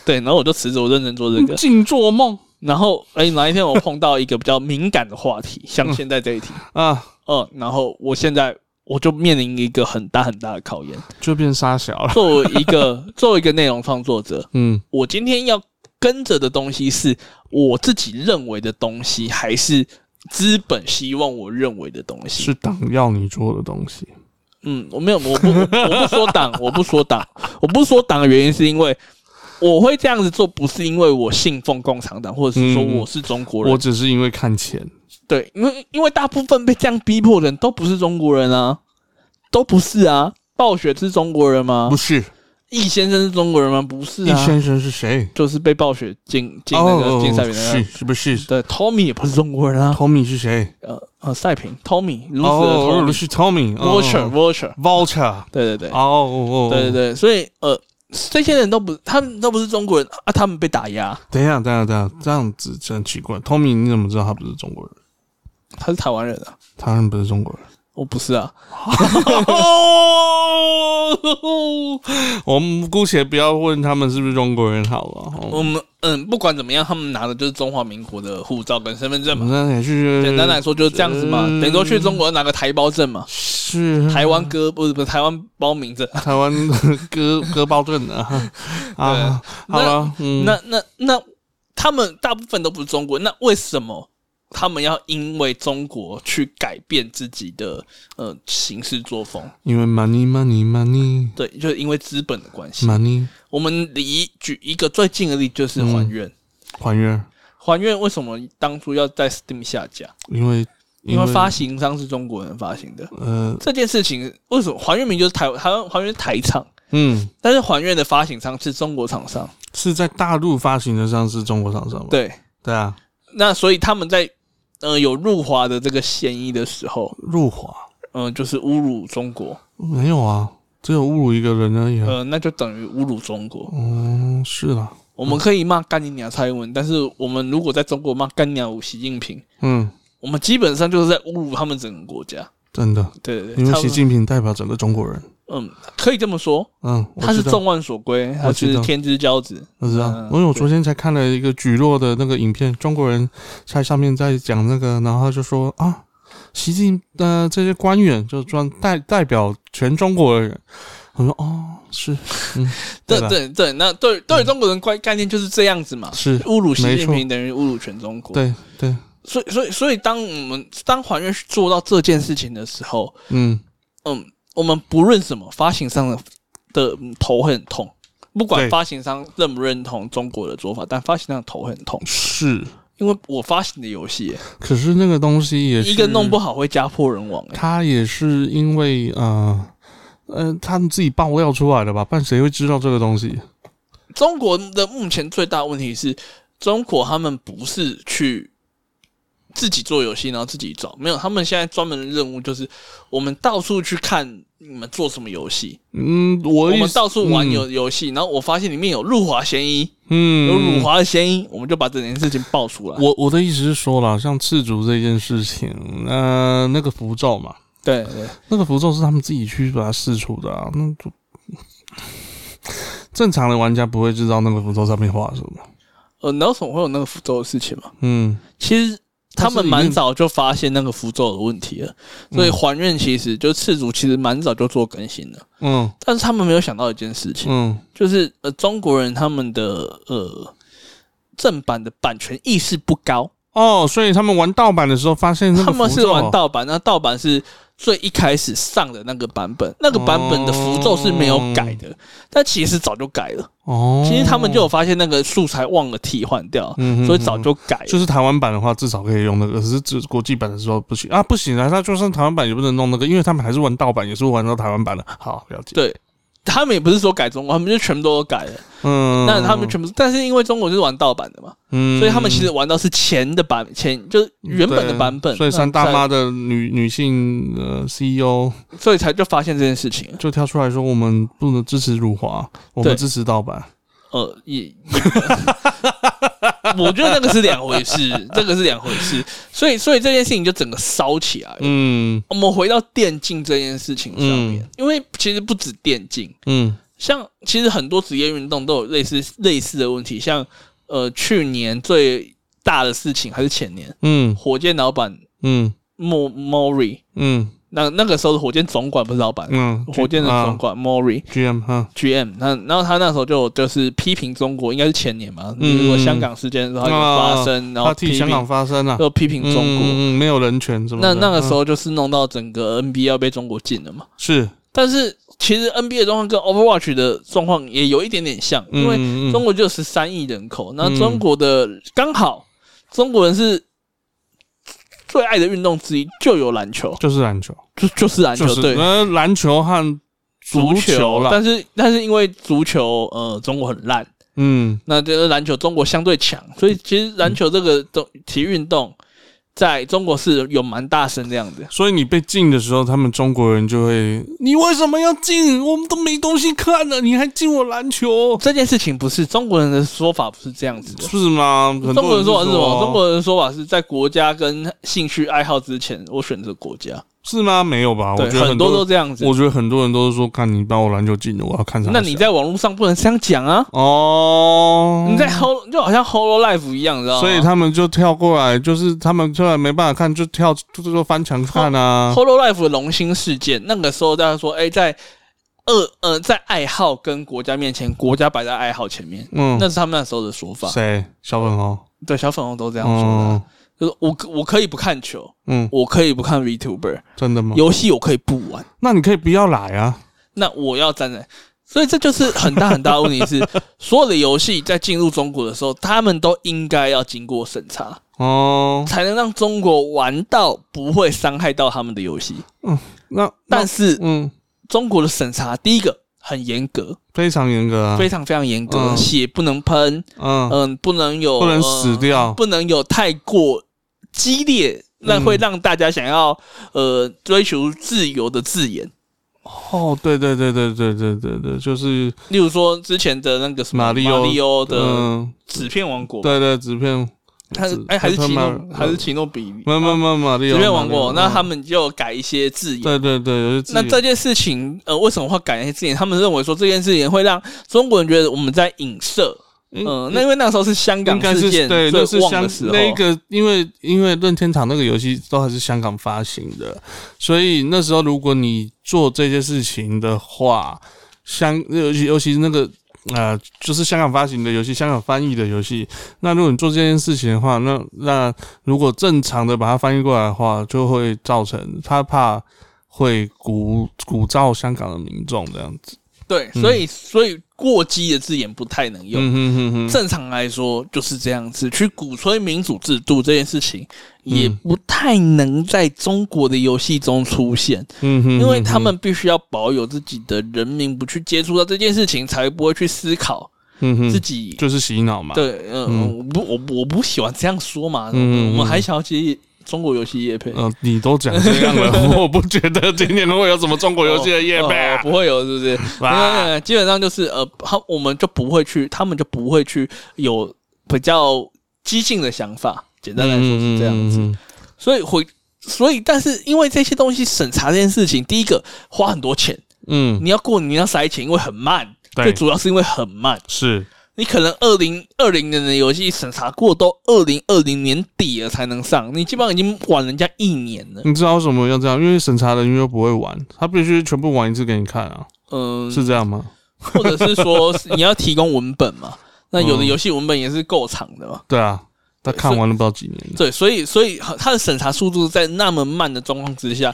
对，然后我就辞职，我认真做这个。净做梦然后，哎、哪一天我碰到一个比较敏感的话题，像现在这 一题，啊，嗯，然后我现在我就面临一个很大很大的考验。就变沙小了。作为一个 作为一个内容创作者，嗯我今天要跟着的东西是我自己认为的东西，还是资本希望我认为的东西？是党要你做的东西。嗯，我没有，我不，我不说党， 我不说党，我不说党的原因是因为。我会这样子做，不是因为我信奉共产党，或者是说嗯我是中国人，我只是因为看钱，对，因为因为大部分被这样逼迫的人都不是中国人啊，都不是啊。暴雪是中国人吗不？是易先生是中国人吗？不是易啊，先生是谁？哦就是被暴雪进进那个竞赛比赛是是不是的 Tommy 也不是中国人啊， ？Tommy 是谁？呃呃，赛评 Tommy 如此哦，的 Tommy 是 Tommy。哦 Vulture Vulture， Vulture。对对对哦，哦哦，对对对，所以呃，这些人都不，他们都不是中国人啊，他们被打压，等一下，等一下，等一下，这样子真奇怪。Tommy，你怎么知道他不是中国人？他是台湾人啊，他然不是中国 人。我不是啊，哦，我们姑且不要问他们是不是中国人好了。我哦们嗯，不管怎么样，他们拿的就是中华民国的护照跟身份证我嘛。们那也是简单来说就是这样子嘛，嗯等于说去中国拿个台胞证嘛，是台湾歌不是不是台湾包名证。台湾割割包证 的啊啊，好了，嗯，那那那他们大部分都不是中国，那为什么他们要因为中国去改变自己的呃行事作风？因为 money money money 对，就是因为资本的关系。 money 我们离举一个最近的例子就是还愿，还原，还愿为什么当初要在 Steam 下架？因为因为发行商是中国人发行的。呃这件事情为什么还愿名就是台台湾还愿是台厂，嗯但是还愿的发行商是中国厂商。是在大陆发行的上是中国厂商吧？对，对啊，那所以他们在呃有入华的这个嫌疑的时候，入华嗯、就是侮辱中国，没有啊，只有侮辱一个人而已啊。呃，那就等于侮辱中国。嗯，是啦，我们可以骂干你娘蔡英文，但是我们如果在中国骂干你娘习近平，嗯，我们基本上就是在侮辱他们整个国家。真的，对对对，因为差不习多近平代表整个中国人。嗯，可以这么说，嗯，我他是知道众望所归，他我知是道天之骄子。我知道，嗯因为我昨天才看了一个举落的那个影片，中国人在上面在讲那个，然后就说啊，习近呃这些官员就专代代表全中国的人。我说哦，是，嗯，对吧对对，那对对于中国人概概念就是这样子嘛，是， 侮辱习近没平等于侮辱全中国。，对对，所以所以所以当我们当还愿做到这件事情的时候，嗯，嗯，我们不论什么发行商的的嗯头会很痛，不管对发行商认不认同中国的做法，但发行商的头会很痛，是。因为我发行的游戏可是那个东西也是一个弄不好会家破人亡、欸。他也是因为呃呃，他们自己爆料出来的吧？不然谁会知道这个东西？中国的目前最大问题是，中国他们不是去自己做游戏，然后自己找，没有，他们现在专门的任务就是我们到处去看你们做什么游戏，嗯，我我意们思到处玩游游戏，然后我发现里面有入华嫌疑，嗯有辱华的嫌疑，我们就把这件事情爆出来。我我的意思是说啦，像赤足这件事情，呃，那个符咒嘛，对对，那个符咒是他们自己去把它试出的啊，那就正常的玩家不会知道那个符咒上面画什么。呃，然后怎么会有那个符咒的事情嘛？嗯，其实他但是们里面蛮早就发现那个符咒的问题了，所以嗯还愿其实就次主其实蛮早就做更新了，嗯但是他们没有想到一件事情，嗯，就是呃中国人他们的呃正版的版权意识不高，哦，所以他们玩盗版的时候发现那个他符咒们是玩盗版，那盗版是最一开始上的那个版本，那个版本的符咒是没有改的，但其实早就改了。哦，其实他们就有发现那个素材忘了替换掉，嗯哼所以早就改了。就是台湾版的话，至少可以用那个，可是只国际版的时候不行啊，不行啊，那就算台湾版也不能弄那个，因为他们还是玩盗版，也是玩到台湾版的。好，了解。对他们也不是说改中国，他们就全部都改了。嗯，那他们全部，但是因为中国就是玩盗版的嘛，嗯，所以他们其实玩到是前的版，前就是原本的版本。嗯对所以那三大妈的女女性呃 CEO 才，所以才就发现这件事情。就跳出来说，我们不能支持辱华，我对们支持盗版。呃，也，也 我觉得那个是两回事，这个是两回事。所以，所以这件事情就整个烧起来了。嗯我们回到电竞这件事情上面，嗯因为其实不止电竞，嗯像其实很多职业运动都有类似类似的问题，像呃去年最大的事情还是前年，嗯火箭老板嗯莫 Mori，嗯那那个时候的火箭总管不是老板，嗯，火箭的总管 Mori。 GM 哈， GM，那然后他那时候就就是批评中国，应该是前年嘛，嗯比如说香港事件的时候有发生，然后他批替评香港发声了，又批评中国，嗯，嗯没有人权什么那的。那个嗯时候就是弄到整个 NBA 要被中国禁了嘛。是但是其实 NBA 的状况跟 Overwatch 的状况也有一点点像，因为为中国就十三亿人口，那嗯中国的刚好中国人是最爱的运动之一，就有篮球，就是篮球，就就是篮球就是对。呃篮球和足球啦，但是但是因为足球，呃，中国很烂，嗯，那这个篮球中国相对强，所以其实篮球这个动体育运动在中国是有蛮大声量的。所以你被禁的时候，他们中国人就会，你为什么要禁？我们都没东西看了，你还禁我篮球，这件事情不是中国人的说法，不是这样子的。是吗？很中多国人人说法是什么？说哦啊中国人说法是在国家跟兴趣爱好之前，我选择国家。是吗？没有吧？啊我对，觉得很多多都这样子我。觉得很多人都是说，看你把我篮球禁了，我要看啥小？那你在网络上不能这样讲啊！哦，你在哦 Hol 就好像 Holo Life 一样，你知道吗？所以他们就跳过来，就是他们突然没办法看，就跳，就是说翻墙看啊。 Holo Life 的龙兴事件，那个时候大家说，哎、在二呃，在爱好跟国家面前，国家摆在爱好前面，嗯，那是他们那时候的说法。谁？小粉红。对，小粉红都这样说的啊、哦，就是我可我可以不看球，嗯，我可以不看 VTuber，真的吗？游戏我可以不玩，那你可以不要来啊。那我要站在。所以这就是很大很大的问 题是，所有的游戏在进入中国的时候，他们都应该要经过审查，哦，才能让中国玩到不会伤害到他们的游戏。那但那是嗯，中国的审查，第一个很严格，非常严格啊，非常非常严格，嗯血不能喷，嗯，嗯，不能有不能死掉呃不能有太过激烈，那会让大家想要嗯呃追求自由的字眼。哦，对对对对对对对对，就是例如说之前的那个什么马里奥马里奥的嗯，纸片王国，对对，纸片，他是纸哎还是纸奇片诺马还是奇诺比啊没有没有没有马里纸奥片王国，马里奥那他们就改一些字眼。对对对，有些字那眼这件事情，呃，为什么会改一些字眼？他们认为说这件事情会让中国人觉得我们在影射，应嗯，那因为那时候是香港应该事是件对，最那是旺香的时候，那一个，因为因为任天堂那个游戏都还是香港发行的，所以那时候如果你做这些事情的话，香尤其尤其是那个呃，就是香港发行的游戏，香港翻译的游戏，那如果你做这件事情的话，那那如果正常的把它翻译过来的话，就会造成他怕会鼓鼓噪香港的民众这样子。对，所以所以过激的字眼不太能用。嗯哼哼哼，正常来说就是这样子，去鼓吹民主制度这件事情，嗯也不太能在中国的游戏中出现，嗯哼哼哼，因为他们必须要保有自己的人民不去接触到这件事情，才不会去思考嗯自哼，己。就是洗脑嘛。对，呃嗯，嗯我不，我不我不喜欢这样说嘛。嗯嗯嗯我们还想要接中国游戏业配，呃，你都讲这样了，我不觉得今年会有什么中国游戏的夜配哦啊、哦不会有，是不是？没有没有没有基本上就是呃，他我们就不会去，他们就不会去有比较激进的想法。简单来说是这样子，嗯。嗯嗯嗯所以回，所以但是因为这些东西审查这件事情，第一个花很多钱，嗯，你要过你要塞钱，因为很慢，对最主要是因为很慢。是，你可能二零二零年的游戏审查过，都二零二零年底了才能上，你基本上已经晚人家一年了。你知道为什么要这样？因为审查人员又不会玩，他必须全部玩一次给你看啊，嗯，是这样吗？或者是说你要提供文本 嘛？那有的嗯游戏文本也是够长的嘛？对啊，他看完了不知道几年了。对，所以所以它的审查速度在那么慢的状况之下，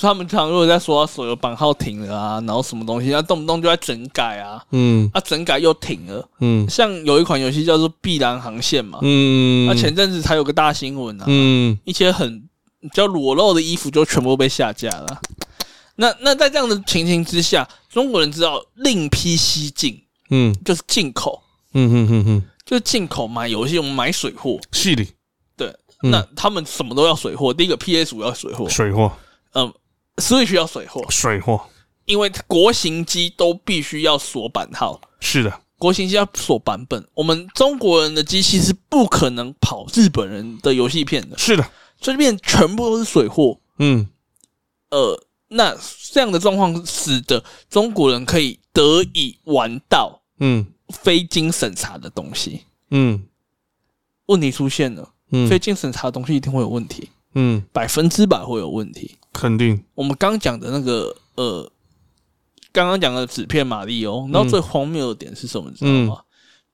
他们常如果在说啊手游版号停了啊，然后什么东西，那动不动就在整改啊，嗯啊整改又停了。嗯像有一款游戏叫做《碧蓝航线》嘛，嗯，那、前阵子才有个大新闻啊，嗯一些很比较裸露的衣服就全部被下架了。那那在这样的情形之下，中国人知道另辟蹊径，嗯就是进口，嗯嗯嗯嗯，就是进口买游戏，我们买水货。戏里对，嗯那他们什么都要水货。第一个 PS 五要水货，水货嗯，Switch 要水货，水货因为国行机都必须要锁版号，是的，国行机要锁版本。我们中国人的机器是不可能跑日本人的游戏片的，是的，所以变成全部都是水货。嗯呃，那这样的状况使得中国人可以得以玩到嗯非经审查的东西。嗯问题出现了，非嗯经审查的东西一定会有问题，嗯，百分之百会有问题。肯定，我们刚讲的那个呃，刚刚讲的纸片马里欧，然后最荒谬的点是什么？你知道嗯吗？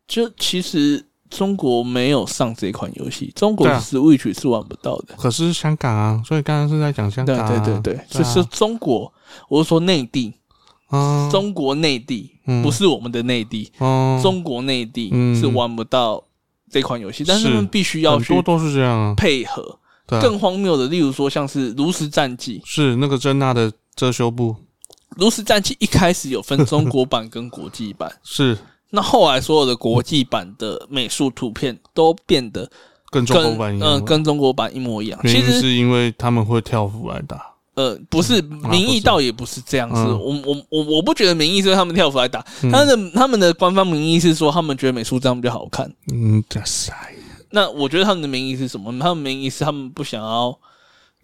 就其实中国没有上这款游戏，中国对啊 Switch 是玩不到的。可是香港啊，所以刚刚是在讲香对港、对啊，对对，只是中国，我是说内地，啊，中国内地嗯不是我们的内地，哦中国内地嗯是玩不到这款游戏，但是是他们必须要很去多都是这样啊，配合。对啊更荒谬的，例如说像是《炉石战记》，是那个珍娜的遮羞布，炉石战记一开始有分中国版跟国际版，是那后来所有的国际版的美术图片都变得跟中国跟版一嗯、样吗。跟中国版一模一样。原其因实是因为他们会跳舞来打，呃不是啊民不意是倒也不是这样子，嗯我我我我不觉得民意是他们跳出来打，他的他们的官方名义是说他们觉得美术这样比较好看。嗯，加塞那我觉得他们的名义是什么？他们名义是他们不想要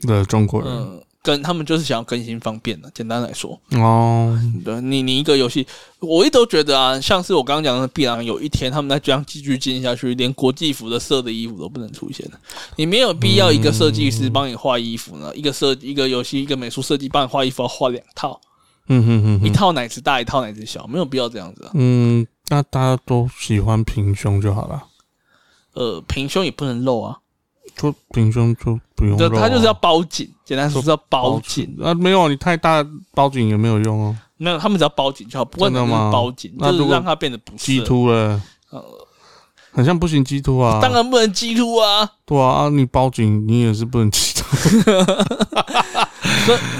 的中国人、嗯。跟他们就是想要更新方便的，啊简单来说，哦，对你你一个游戏，我一直都觉得啊，像是我刚刚讲的碧蓝，有一天他们再这样继续进下去，连国际服的色的衣服都不能出现了。你没有必要一个设计师帮你画衣服呢，一个设一个游戏一个美术设计帮你画衣服要画两套，嗯哼哼一哼，套奶子大，一套奶子小，没有必要这样子啊。嗯，那大家都喜欢平胸就好了，呃，平胸也不能露啊，就平胸就不用对，肉啊他就是要包紧，简单说是要包紧。啊，没有你太大包紧也没有用哦，没有，他们只要包紧就好，不管真的怎吗么包紧，那如就是果让它变得不鸡适。突了，很像不行鸡突啊，当然不能鸡突啊！对啊，啊你包紧你也是不能鸡 突，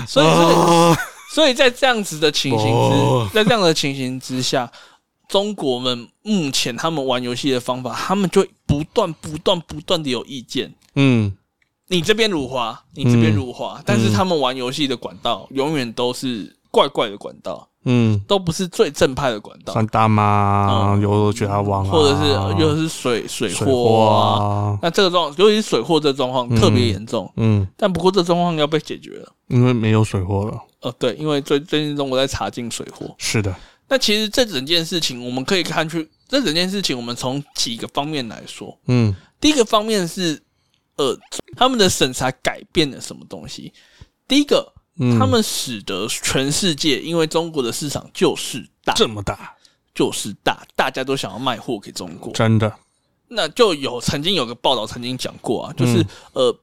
所以，所以，所以，啊所以在这样子的情形哦之，在这样的情形之下，中国们目前他们玩游戏的方法，他们就不断、不断、不断的有意见。嗯，你这边辱华，你这边嗯辱华，但是他们玩游戏的管道永远都是怪怪的管道，嗯，都不是最正派的管道，三大妈、嗯游乐雪蛤王啊，或者是又是水水水货货啊。啊，那这个状，尤其是水货这状况特别严重，嗯，但不过这状况要被解决了。因为没有水货了，呃，对，因为最最近中国在查禁水货。是的，那其实这整件事情，我们可以看去这整件事情，我们从几个方面来说。嗯第一个方面是，呃，他们的审查改变了什么东西？第一个，嗯，他们使得全世界，因为中国的市场就是大，这么大，就是大，大家都想要卖货给中国。真的，那就有曾经有个报道曾经讲过啊，就是、呃，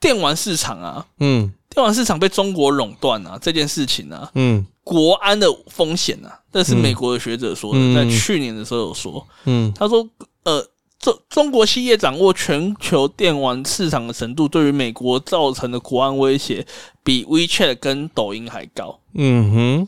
电玩市场啊，嗯电玩市场被中国垄断啊，这件事情啊，嗯国安的风险啊，这是嗯美国的学者说的，嗯在去年的时候有说，嗯他说，呃，中中国企业掌握全球电玩市场的程度，对于美国造成的国安威胁，比 WeChat 跟抖音还高。嗯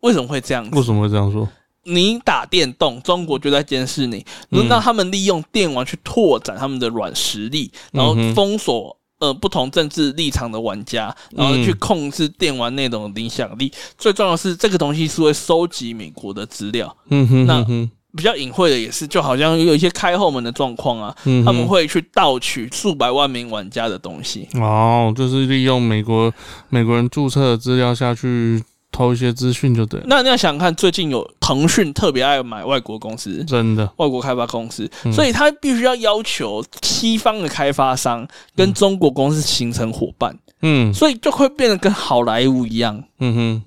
为什么会这样哼，为子？什么会这样说？你打电动，中国就在监视你，嗯让他们利用电玩去拓展他们的软实力，然后嗯哼封锁呃不同政治立场的玩家，然后嗯去控制电玩内容的影响力。最重要的是，这个东西是会收集美国的资料。嗯哼，那嗯哼比较隐晦的也是，就好像有一些开后门的状况啊，嗯哼他们会去盗取数百万名玩家的东西。哦，就是利用美国美国人注册的资料下去偷一些资讯就对了，那你要想看，最近有腾讯特别爱买外国公司。真的，外国开发公司，嗯所以他必须要要求西方的开发商跟中国公司形成伙伴，嗯所以就会变得跟好莱坞一样，嗯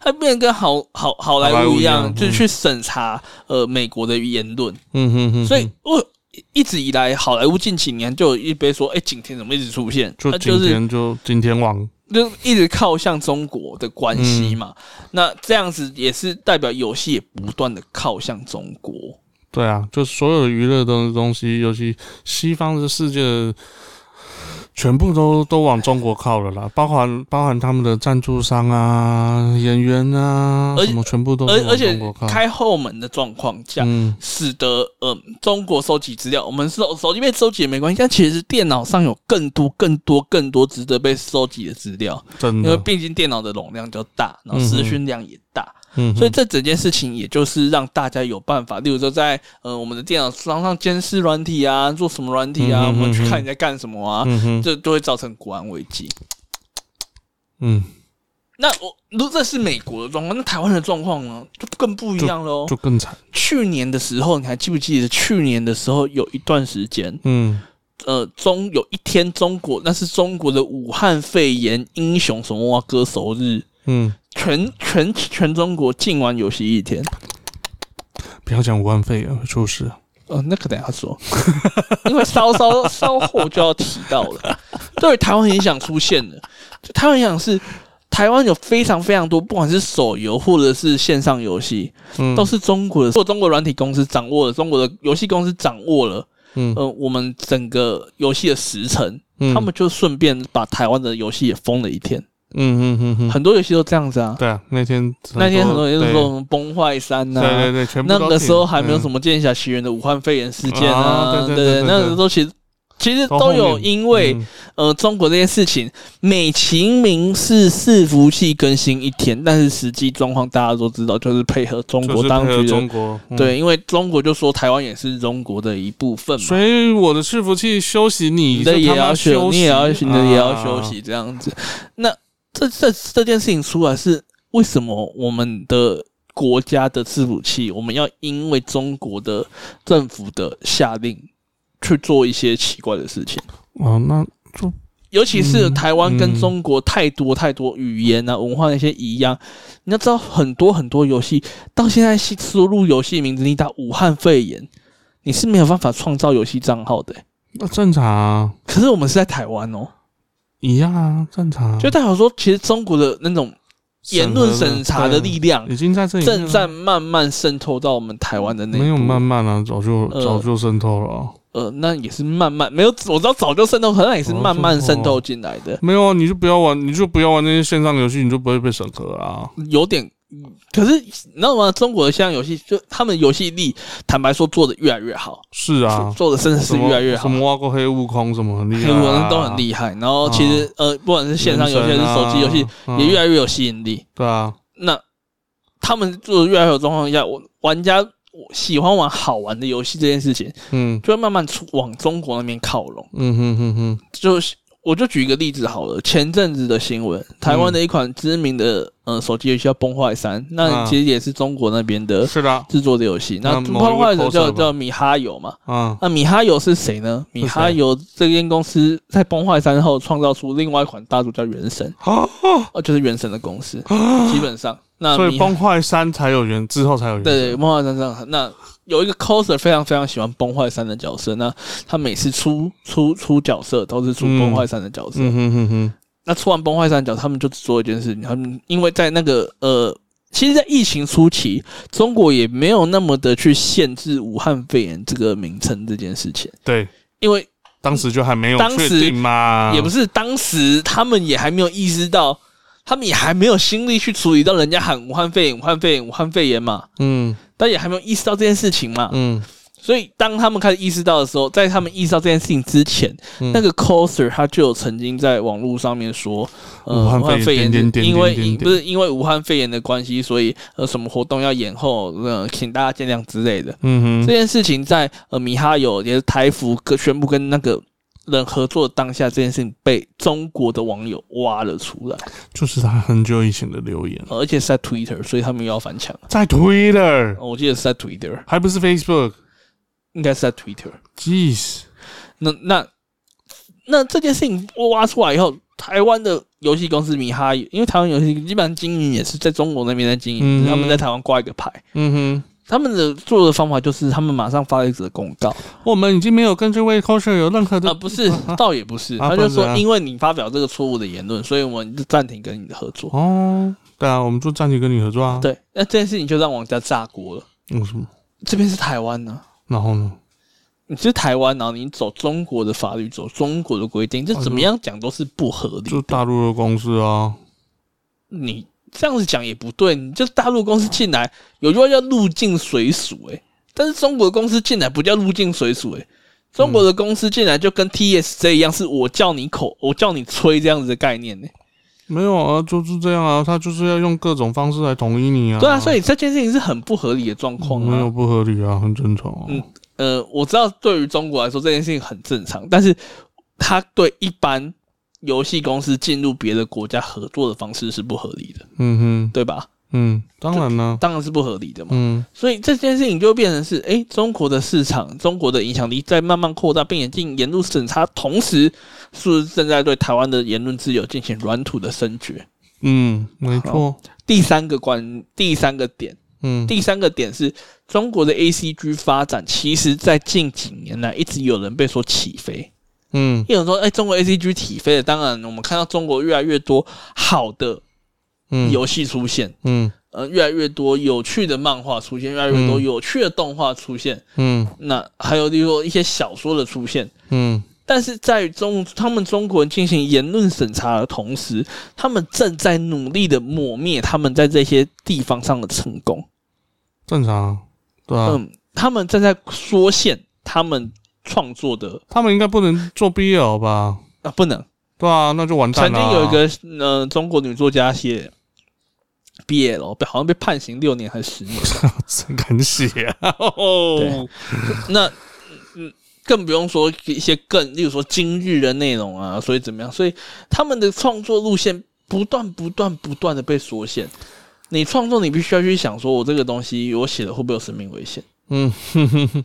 它变得跟好好好莱好莱坞坞一一样，样就是去审查呃美国的言论。哼嗯哼哼，所以我一直以来，好莱坞近几年就有一杯说，哎、景甜怎么一直出现？就它今是天就今天网，就一直靠向中国的关系嘛。嗯那这样子也是代表游戏也不断的靠向中国。对啊，就所有的娱乐的东西，尤其西方的世界的。全部都都往中国靠了啦，包含包含他们的赞助商啊、演员啊，而且什么全部都是而而往且中国靠。开后门的状况下，嗯，使得呃中国收集资料，我们手手机被收集也没关系，但其实电脑上有更多、更多、更多值得被收集的资料，真因为的，毕竟电脑的容量较大，然嗯后哼资讯量也大，嗯哼，所以这整件事情也就是让大家有办法，例如说在呃我们的电脑上上监视软体啊，做什么软体啊，嗯哼我们去嗯哼看你在干什么啊，嗯哼，这都会造成国安危机。嗯，那我如果这是美国的状况，那台湾的状况呢，就更不一样喽就。更惨，去年的时候，你还记不记得？去年的时候有一段时间，嗯，呃，中有一天中国那是中国的武汉肺炎英雄什么哇歌手日，嗯，全全全中国禁玩游戏一天。不要讲武汉肺炎会出事，啊呃，那个等一下说， 因为稍稍稍后就要提到了，对于台湾影响出现了。就台湾影响是，台湾有非常非常多，不管是手游或者是线上游戏，嗯，都是中国的，做中国软体公司掌握了，中国的游戏公司掌握了，嗯呃，我们整个游戏的时程，嗯他们就顺便把台湾的游戏也封了一天。嗯嗯嗯嗯，很多游戏都这样子啊。对啊，那天那天很多人就对说什么崩坏三啊呐、对对对，全部那都个挺时候还没有嗯什么《剑侠奇缘》的武汉肺炎事件啊啊，对对对对对那个对时候其实其实到都后面有因为、嗯呃中国这件事情，美其名是伺服器更新一天，但是实际状况大家都知道，就是配合中就国是当配合局的中国、嗯。对，因为中国就说台湾也是中国的一部分嘛，所以我的伺服器休息，你你的就也他妈要休，休息，你也要你的也要啊休息，这样子。那这这这件事情出来是为什么？我们的国家的伺服器，我们要因为中国的政府的下令去做一些奇怪的事情，哦，那就尤其是台湾跟嗯中国太多太多语言啊、文化那些一样。你要知道，很多很多游戏到现在新输入游戏名字，你打武汉肺炎，你是没有办法创造游戏账号的欸、那正常啊，可是我们是在台湾哦、一样啊，正常啊，就代表说，其实中国的那种言论审查的力量对啊已经在这里面正了在慢慢渗透到我们台湾的内部。没有慢慢啊，早就呃早就渗透了啊。呃，那也是慢慢没有，我知道早就渗透，可能也是慢慢渗透进来的，没有啊，你就不要玩，你就不要玩那些线上游戏，你就不会被审核啊。有点。可是你知道吗？中国的像游戏，就他们游戏力，坦白说做的越来越好，是啊，做的真的是什么越来越好什。么挖过黑悟空什么很厉害、很啊，多人都很厉害，然后其实呃，不管是线上游戏还原是神啊手机游戏，嗯也越来越有吸引力。对啊，那他们做得越来越有状况下，我玩家我喜欢玩好玩的游戏这件事情，嗯就会慢慢出往中国那边靠拢。嗯哼哼哼，就是我就举一个例子好了，前阵子的新闻，台湾的一款知名的呃手机游戏叫《崩坏三》，那啊其实也是中国那边的是的啊，制作的游戏。那那《某一崩个坏的 coser 叫吧叫米哈游嘛？ 啊那米哈游是谁呢？米哈游这间公司在《崩坏三》后创造出另外一款大作叫《原神》，啊，哦，就是《原神》的公司，基本上。那所米以哈崩坏三才有缘，之后才有缘。啊对，梦幻山上那有一个 coser 非常非常喜欢崩坏三的角色，那他每次出出出角色都是出嗯崩坏三的角色。嗯哼哼哼，那出完崩坏三的角色，他们就只做一件事情，他们因为在那个呃，其实，在疫情初期，中国也没有那么的去限制武汉肺炎这个名称这件事情，对，因为当时就还没有当时确定嘛，也不是当时他们也还没有意识到。他们也还没有心力去处理到人家喊武汉肺炎、武汉肺炎、武汉肺炎嘛，嗯但也还没有意识到这件事情嘛。嗯所以当他们开始意识到的时候，在他们意识到这件事情之前，嗯那个 coser 他就有曾经在网络上面说，呃，武汉肺炎点点点因为点点不是因为武汉肺炎的关系，所以呃什么活动要延后，呃，请大家见谅之类的。嗯这哼，件事情在呃米哈游也是台服跟宣布跟那个人合作的当下，这件事情被中国的网友挖了出来，就是他很久以前的留言，呃而且是在 Twitter，所以他们又要翻墙。在 Twitter，呃我记得是在 Twitter，还不是 Facebook，jeez，应该是在 Twitter。那那那这件事情挖出来以后，台湾的游戏公司米哈，因为台湾游戏基本上经营也是在中国那边在经营，嗯只是他们在台湾挂一个牌。嗯他们的做的方法就是，他们马上发了一则公 告啊、哼，我们已经没有跟这位 coser 有任何的不是， 倒也不是，啊不他就然怎说，样因为你发表这个错误的言论，所以我们就暂停跟你的合作。哦，对啊，我们就暂停跟你合作啊，，对，那这件事情就让玩家炸锅了。嗯什么？这边是台湾呢、然后呢？你是台湾，然后你走中国的法律，走中国的规定，哦这怎么样讲都是不合理就。大陆的公司啊，你这样子讲也不对，你就大陆公司进来，有句话叫入境随俗、欸，但是中国公司进来不叫入境随俗、欸，中国的公司进来就跟 TSC 一样，是我叫你口，我叫你吹这样子的概念欸呢、没有啊，就是这样啊，他就是要用各种方式来统一你啊，嗯对啊，所以这件事情是很不合理的状况没有啊。不合理啊，很正常啊，嗯呃，我知道对于中国来说这件事情很正常，但是他对一般游戏公司进入别的国家合作的方式是不合理的，嗯哼，对吧？嗯，当然啦，当然是不合理的嘛。嗯所以这件事情就变成是，诶，中国的市场、中国的影响力在慢慢扩大，并且进言论审查，同时是不是正在对台湾的言论自由进行软土的深掘？嗯，没错，第三个关，第三个点，嗯，第三个点是中国的 A C G 发展，其实在近几年来一直有人被说起飞，嗯也有人说，诶，中国 A C G 起飞了。当然，我们看到中国越来越多好的嗯，游戏出现，嗯呃，越来越多有趣的漫画出现，越来越多嗯有趣的动画出现。嗯那还有例如说一些小说的出现，嗯但是在于中他们中国人进行言论审查的同时，他们正在努力的抹灭他们在这些地方上的成功。正常啊，对啊，嗯，他们正在缩限他们创作的他们应该不能做 BL 吧？啊，不能。对啊，那就完蛋曾了经啊。有一个呃中国女作家写 BL，被好像被判刑六年还是十年。真敢写啊！哦对 那嗯，更不用说一些更，例如说今日的内容啊，所以怎么样？所以他们的创作路线不断、不断、不断的被缩限。你创作，你必须要去想，说我这个东西我写的会不会有生命危险？嗯，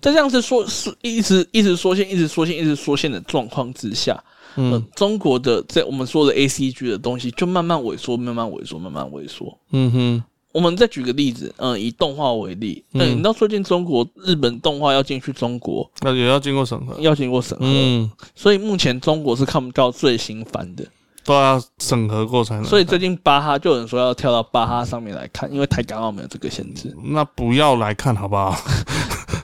在这样子说，是一直一直缩限、一直缩限、一直缩限的状况之下，嗯、嗯中国的在我们说的 A C G 的东西就慢慢萎缩、慢慢萎缩、慢慢萎缩。嗯哼，我们再举个例子，嗯、以动画为例，嗯、嗯你知道最近中国日本动画要进去中国，那也要经过审核。要经过审核，嗯，所以目前中国是看不到最新番的，都要审核过才能。所以最近巴哈就有人说要跳到巴哈上面来看，因为台港澳没有这个限制。那不要来看好不好？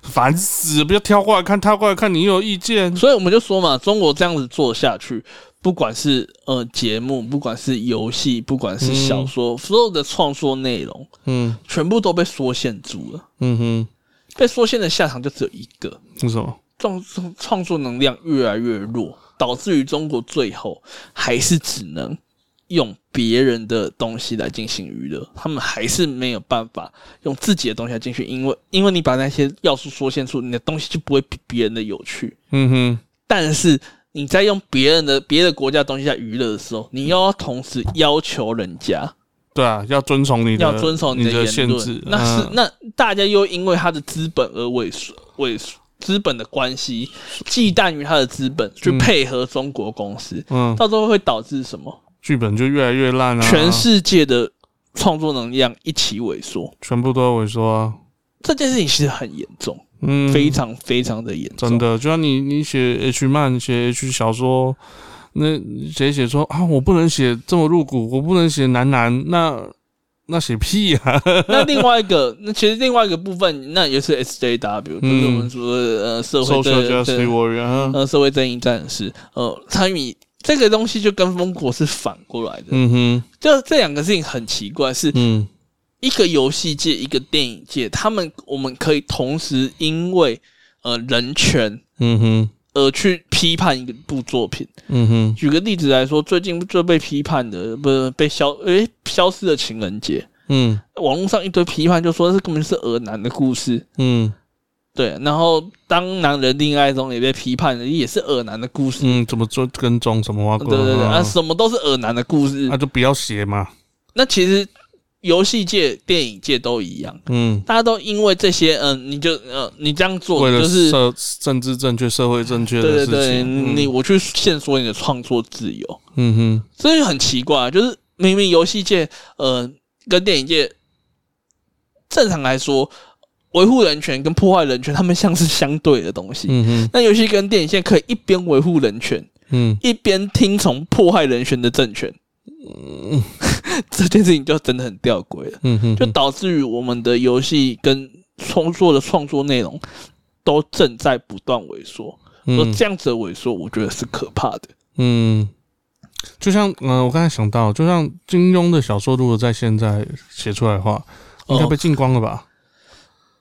烦死！不要挑过来看，挑过来看，你有意见？所以我们就说嘛，中国这样子做下去，不管是呃节目，不管是游戏，不管是小说，所有的创作内容嗯全部都被缩限住了。嗯哼，被缩限的下场就只有一个，为什么？创创创作能量越来越弱，导致于中国最后还是只能用别人的东西来进行娱乐，他们还是没有办法用自己的东西来进去，因为因为你把那些要素缩限住，你的东西就不会比别人的有趣。嗯哼，但是你在用别人的别的国家的东西来娱乐的时候，你又要同时要求人家对啊，要遵从你的，要遵守你的言限论制，。那是、嗯那大家又因为他的资本而萎缩萎缩资本的关系，忌惮于他的资本去配合中国公司，嗯，到最后会导致什么？剧本就越来越烂啊，全世界的创作能量一起萎缩，全部都萎缩啊。这件事情其实很严重，嗯，非常非常的严重。真的，就像你你写 H 漫、写 H 小说，那写一写说啊，我不能写这么露骨，我不能写男男，那那写屁 啊！那另外一个，那其实另外一个部分，那也是 SJW，就是我们说的呃社会 Social 的 justice 的 warrior，啊呃社会正义战士，呃参与这个东西就跟风国是反过来的。嗯哼，就这两个事情很奇怪，是嗯一个游戏界，一个电影界，他们我们可以同时因为呃人权嗯哼，而去批判一部作品。嗯哼，举个例子来说，最近最被批判的，不是被消诶、消失的情人节，嗯网络上一堆批判就说这根本就是俄男的故事。嗯对，然后当男人恋爱中也被批判的，也是恶男的故事。嗯，怎么做跟踪什么挖对过？对对，啊，啊，什么都是恶男的故事。那就不要写嘛。那其实游戏界、电影界都一样，嗯，大家都因为这些，嗯、你就呃，你这样做为了就是社政治正确、社会正确对的对事对，情，你我去限缩你的创作自由，嗯哼，所以很奇怪，啊就是明明游戏界，呃，跟电影界，正常来说，维护人权跟破坏人权，他们像是相对的东西。嗯哼，那游戏跟电影界可以一边维护人权，嗯一边听从迫害人权的政权，嗯 这件事情就真的很吊诡了，嗯哼，就导致于我们的游戏跟创作的创作内容都正在不断萎缩。而嗯这样子的萎缩，我觉得是可怕的。嗯，就像嗯、呃我刚才想到，就像金庸的小说，如果在现在写出来的话，应该哦被禁光了吧？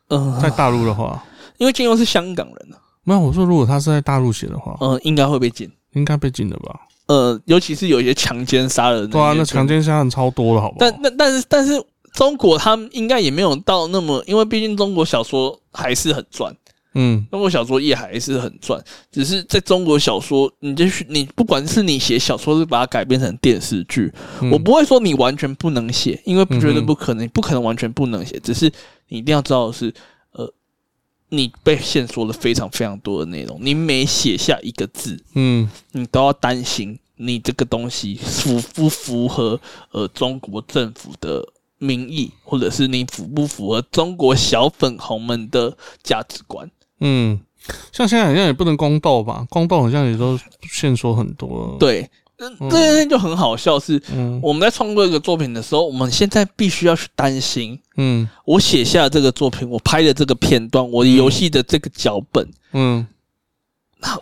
嗯、在大陆的话，因为金庸是香港人啊，没有，我说如果他是在大陆写的话，嗯、应该会被禁。应该被禁的吧？呃，尤其是有一些强奸杀人，对啊，那强，奸杀人超多了，好不好？但但但是但是中国他们应该也没有到那么，因为毕竟中国小说还是很赚。嗯中国小说业还是很赚，只是在中国小说，你就是你不管是你写小说，是把它改编成电视剧，嗯我不会说你完全不能写，因为不绝嗯对哼不可能，不可能完全不能写，只是你一定要知道的是，呃，你被限缩了非常非常多的内容，你每写下一个字，嗯你都要担心你这个东西符不符合呃中国政府的民意，或者是你符不符合中国小粉红们的价值观。嗯，像现在好像也不能宫斗吧？宫斗好像也都线索很多。，对，那嗯这件事情就很好笑是，嗯我们在创作一个作品的时候，我们现在必须要去担心，嗯我写下的这个作品，我拍的这个片段，我游戏的这个脚本，嗯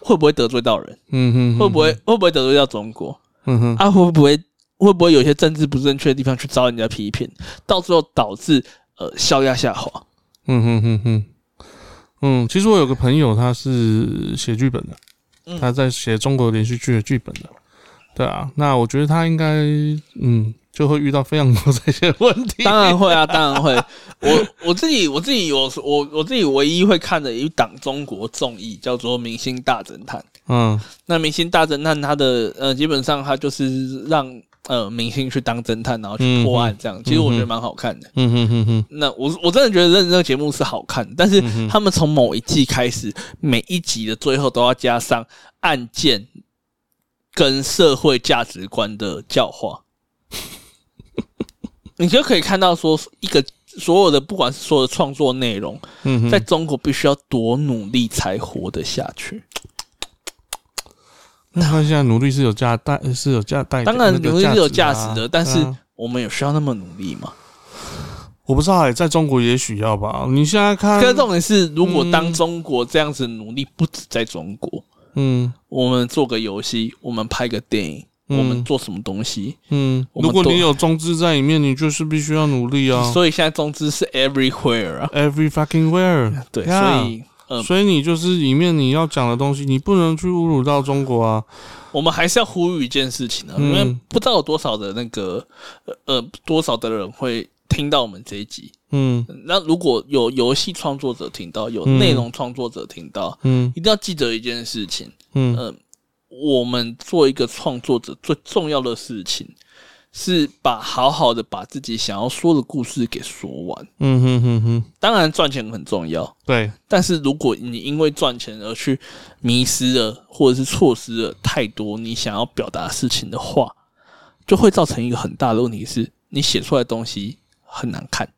会不会得罪到人？嗯哼，会不会会不会得罪到中国？嗯哼，啊，会不会会不会有一些政治不正确的地方去遭人家批评，到最后导致呃销量 下滑？嗯哼哼哼，嗯，其实我有个朋友，他是写剧本的，嗯他在写中国连续剧的剧本的，对啊，那我觉得他应该，嗯，就会遇到非常多这些问题。当然会啊，当然会。我我自己我自己有我我自己唯一会看的一档中国综艺叫做《明星大侦探》。嗯那《明星大侦探》它的呃，基本上它就是让呃明星去当侦探，然后去破案这样。其实我觉得蛮好看的。嗯哼哼哼，那我我真的觉得认这个节目是好看，但是嗯哼他们从某一季开始，每一集的最后都要加上案件跟社会价值观的教 化，你就可以看到说一个所有的不管是所有的创作内容，嗯哼，在中国必须要多努力才活得下去。那他现在努力是有价代是哎有价代，当然那个努力是有价值啊值的，但对是啊我们有需要那么努力吗？我不知道哎、在中国也许要吧。你现在看可，是重点是，如果当嗯中国这样子努力，不止在中国，嗯我们做个游戏，我们拍个电影，嗯我们做什么东西？嗯，我们如果都你有中资在里面，你就是必须要努力啊。所以现在中资是 everywhere 啊， Every fucking where，对 Yeah 所以呃，所以你就是里面你要讲的东西，你不能去侮辱到中国啊。我们还是要呼吁一件事情啊，嗯因为不知道有多少的那个呃呃多少的人会听到我们这一集。嗯那如果有游戏创作者听到，有嗯内容创作者听到，嗯一定要记得一件事情，嗯呃，我们做一个创作者最重要的事情。是把好好的把自己想要说的故事给说完，嗯哼哼哼，当然赚钱很重要，对，但是如果你因为赚钱而去迷失了，或者是错失了太多你想要表达的事情的话，就会造成一个很大的问题是，你写出来的东西很难看、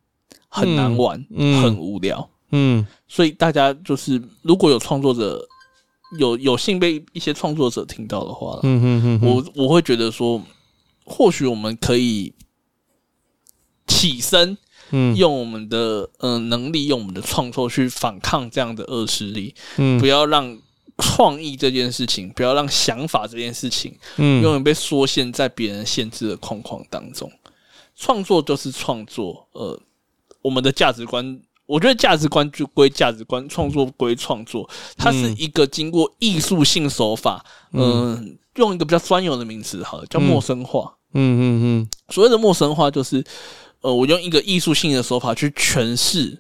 很难玩、嗯嗯很无聊。嗯所以大家就是，如果有创作者有有幸被一些创作者听到的话，嗯哼哼哼，我我会觉得说，或许我们可以起身，嗯用我们的嗯、呃能力，用我们的创作去反抗这样的恶势力，嗯不要让创意这件事情，不要让想法这件事情永嗯远被缩限在别人限制的框框当中。创作就是创作，呃，我们的价值观，我觉得价值观就归价值观，创作归创作，它嗯是一个经过艺术性手法，嗯，用一个比较专有的名词，好了，叫陌生化。嗯嗯所谓的陌生化，就是呃，我用一个艺术性的手法去诠释，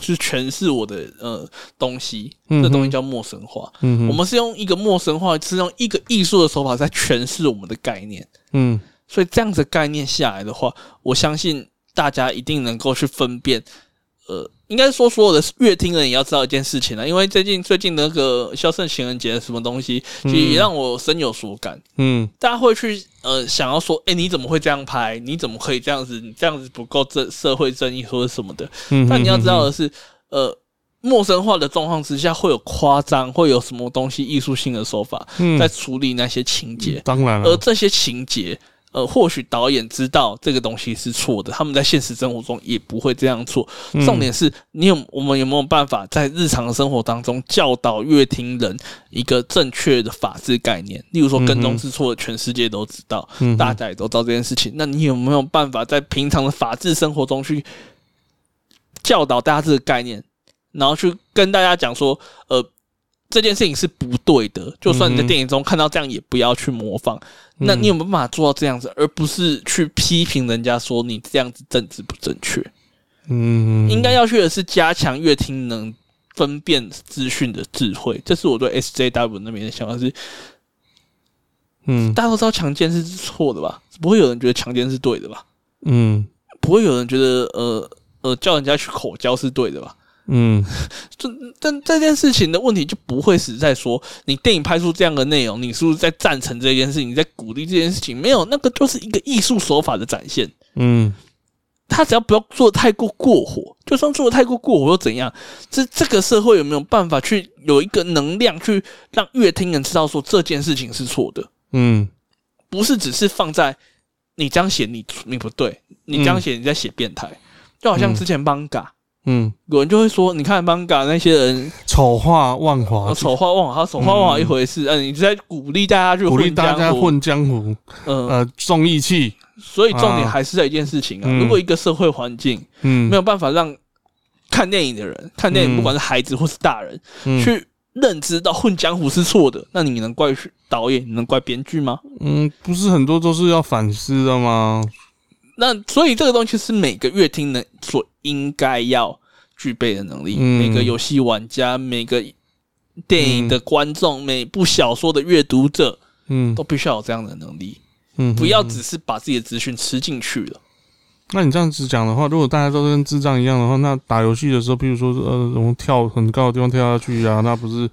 去诠释我的呃东西，嗯哼这东西叫陌生化。嗯我哼们是用一个陌生化，是用一个艺术的手法在诠释我们的概念。嗯所以这样子概念下来的话，我相信大家一定能够去分辨。呃，应该说所有的乐听人也要知道一件事情啊了，因为最近最近那个萧圣情人节什么东西，其实也让我深有所感。嗯大家会去呃想要说，哎、你怎么会这样拍？你怎么可以这样子？你这样子不够正社会正义或者什么的。嗯，但你要知道的是，呃，陌生化的状况之下，会有夸张，会有什么东西艺术性的手法在在处理那些情节，当然而了，这些情节。呃，或许导演知道这个东西是错的，他们在现实生活中也不会这样做。嗯重点是你有我们有没有办法在日常生活当中教导乐听人一个正确的法治概念？例如说跟嗯哼踪是错的，全世界都知道，嗯大家也都知道这件事情。那你有没有办法在平常的法治生活中去教导大家这个概念，然后去跟大家讲说，呃，这件事情是不对的。就算你在嗯哼电影中看到这样，也不要去模仿。那嗯你有没有办法做到这样子，而不是去批评人家说你这样子政治不正确？嗯应该要去的是加强乐听能分辨资讯的智慧，这是我对 SJW 那边的想法是。嗯大家都知道强奸是错的吧？不会有人觉得强奸是对的吧？嗯不会有人觉得呃呃叫人家去口交是对的吧？嗯这但这件事情的问题就不会是在说你电影拍出这样的内容，你是不是在赞成这件事情，你在鼓励这件事情？没有，那个就是一个艺术手法的展现。嗯他只要不要做得太过过火，就算做的太过过火又怎样？这这个社会有没有办法去有一个能量去让乐听人知道说这件事情是错的？嗯不是只是放在你这样写你你不对，你这样写你在写变态，就好像之前 manga、嗯，有人就会说，你看 manga 那些人丑化万华呃，丑化忘他丑化忘华一回事，嗯，你在鼓励大家去鼓励混大家江湖，混江湖，嗯，呃，重义气，所以重点啊还是在一件事情啊，嗯如果一个社会环境嗯，没有办法让看电影的人看电影，嗯不管是孩子或是大人，嗯，去认知到混江湖是错的，那你能怪导演，你能怪编剧吗？嗯，不是很多都是要反思的吗？那所以这个东西是每个乐听人所应该要具备的能力，嗯每个游戏玩家、每个电影的观众、每部小说的阅读者嗯都必须要有这样的能力，嗯，不要只是把自己的资讯吃进去了。那你这样子讲的话，如果大家都跟智障一样的话，那打游戏的时候，譬如说呃，什么跳很高的地方跳下去啊，那不是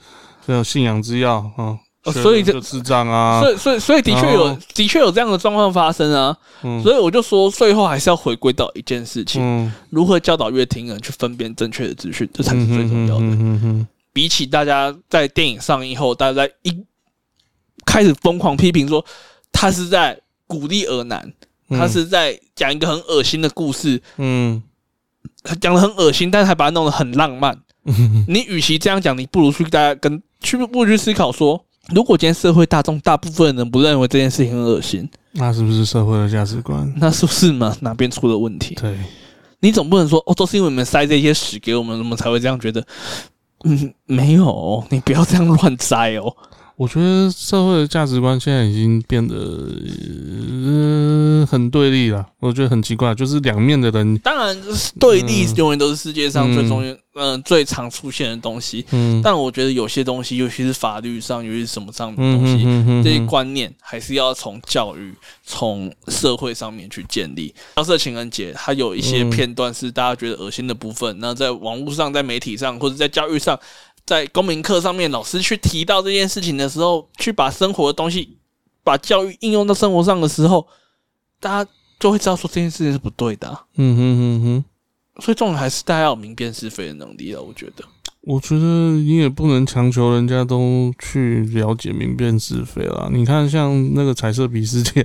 这种信仰之药啊？哦学所以人这就智障啊，所以，所以，所以的确有哦，的确有这样的状况发生啊。嗯所以我就说，最后还是要回归到一件事情：嗯，如何教导乐听人去分辨正确的资讯，这才是最重要的。嗯嗯嗯比起大家在电影上映后，大家一开始疯狂批评说他是在鼓励俄男，嗯他是在讲一个很恶心的故事，嗯讲的很恶心，但是还把它弄得很浪漫。嗯你与其这样讲，你不如去大家跟去不如去思考说，如果今天社会大众大部分人不认为这件事情很恶心，那是不是社会的价值观？那是不是嘛哪边出了问题？对，你总不能说哦，都是因为你们塞这些屎给我们，我们才会这样觉得。嗯，没有，你不要这样乱塞哦。我觉得社会的价值观现在已经变得、呃、很对立了，我觉得很奇怪，就是两面的人，当然，对立永远都是世界上最嗯重要、嗯、最常出现的东西。嗯，但我觉得有些东西，尤其是法律上，尤其是什么上的嗯东西，嗯这些观念还是要从教育、从社会上面去建立。像是情人节，它有一些嗯片段是呃大家觉得恶心的部分，那在网络上、在媒体上或者在教育上、在公民课上面，老师去提到这件事情的时候，去把生活的东西、把教育应用到生活上的时候，大家就会知道说这件事情是不对的啊、嗯嗯嗯嗯。所以重点还是大家有明辨是非的能力了，我 觉得。我觉得你也不能强求人家都去了解明辨是非啦。你看，像那个彩色笔事件，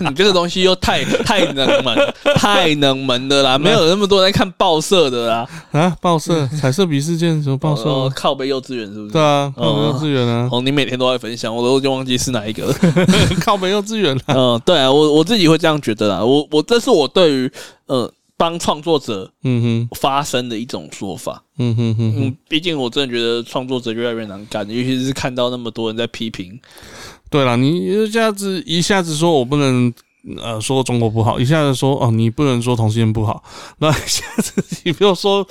你这个东西又太太冷门，太冷门的啦，没有那么多人在看报社的啦。啊，报社彩色笔事件什么报社哦吗？靠背幼稚园是不是对？啊，哦靠北幼稚园啊，哦，你每天都在分享，我都已经忘记是哪一个了。 靠北幼稚园啊，嗯，对啊，我我自己会这样觉得啦。我我这是我对于呃帮创作者嗯哼，发声的一种说法。嗯哼哼哼，嗯，毕竟我真的觉得创作者越来越难干，尤其是看到那么多人在批评。对啦，你一下子一下子说我不能。呃，说中国不好，一下子说哦，你不能说同性恋不好，那一下子你不要说，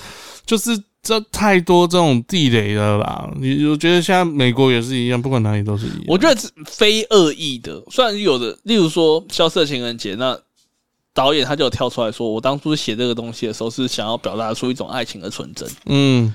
就是这太多这种地雷了啦。你我觉得现在美国也是一样，不管哪里都是一样。我觉得是非恶意的，虽然有的，例如说《萧瑟情人节》，那导演他就有跳出来说，我当初写这个东西的时候是想要表达出一种爱情的纯真。嗯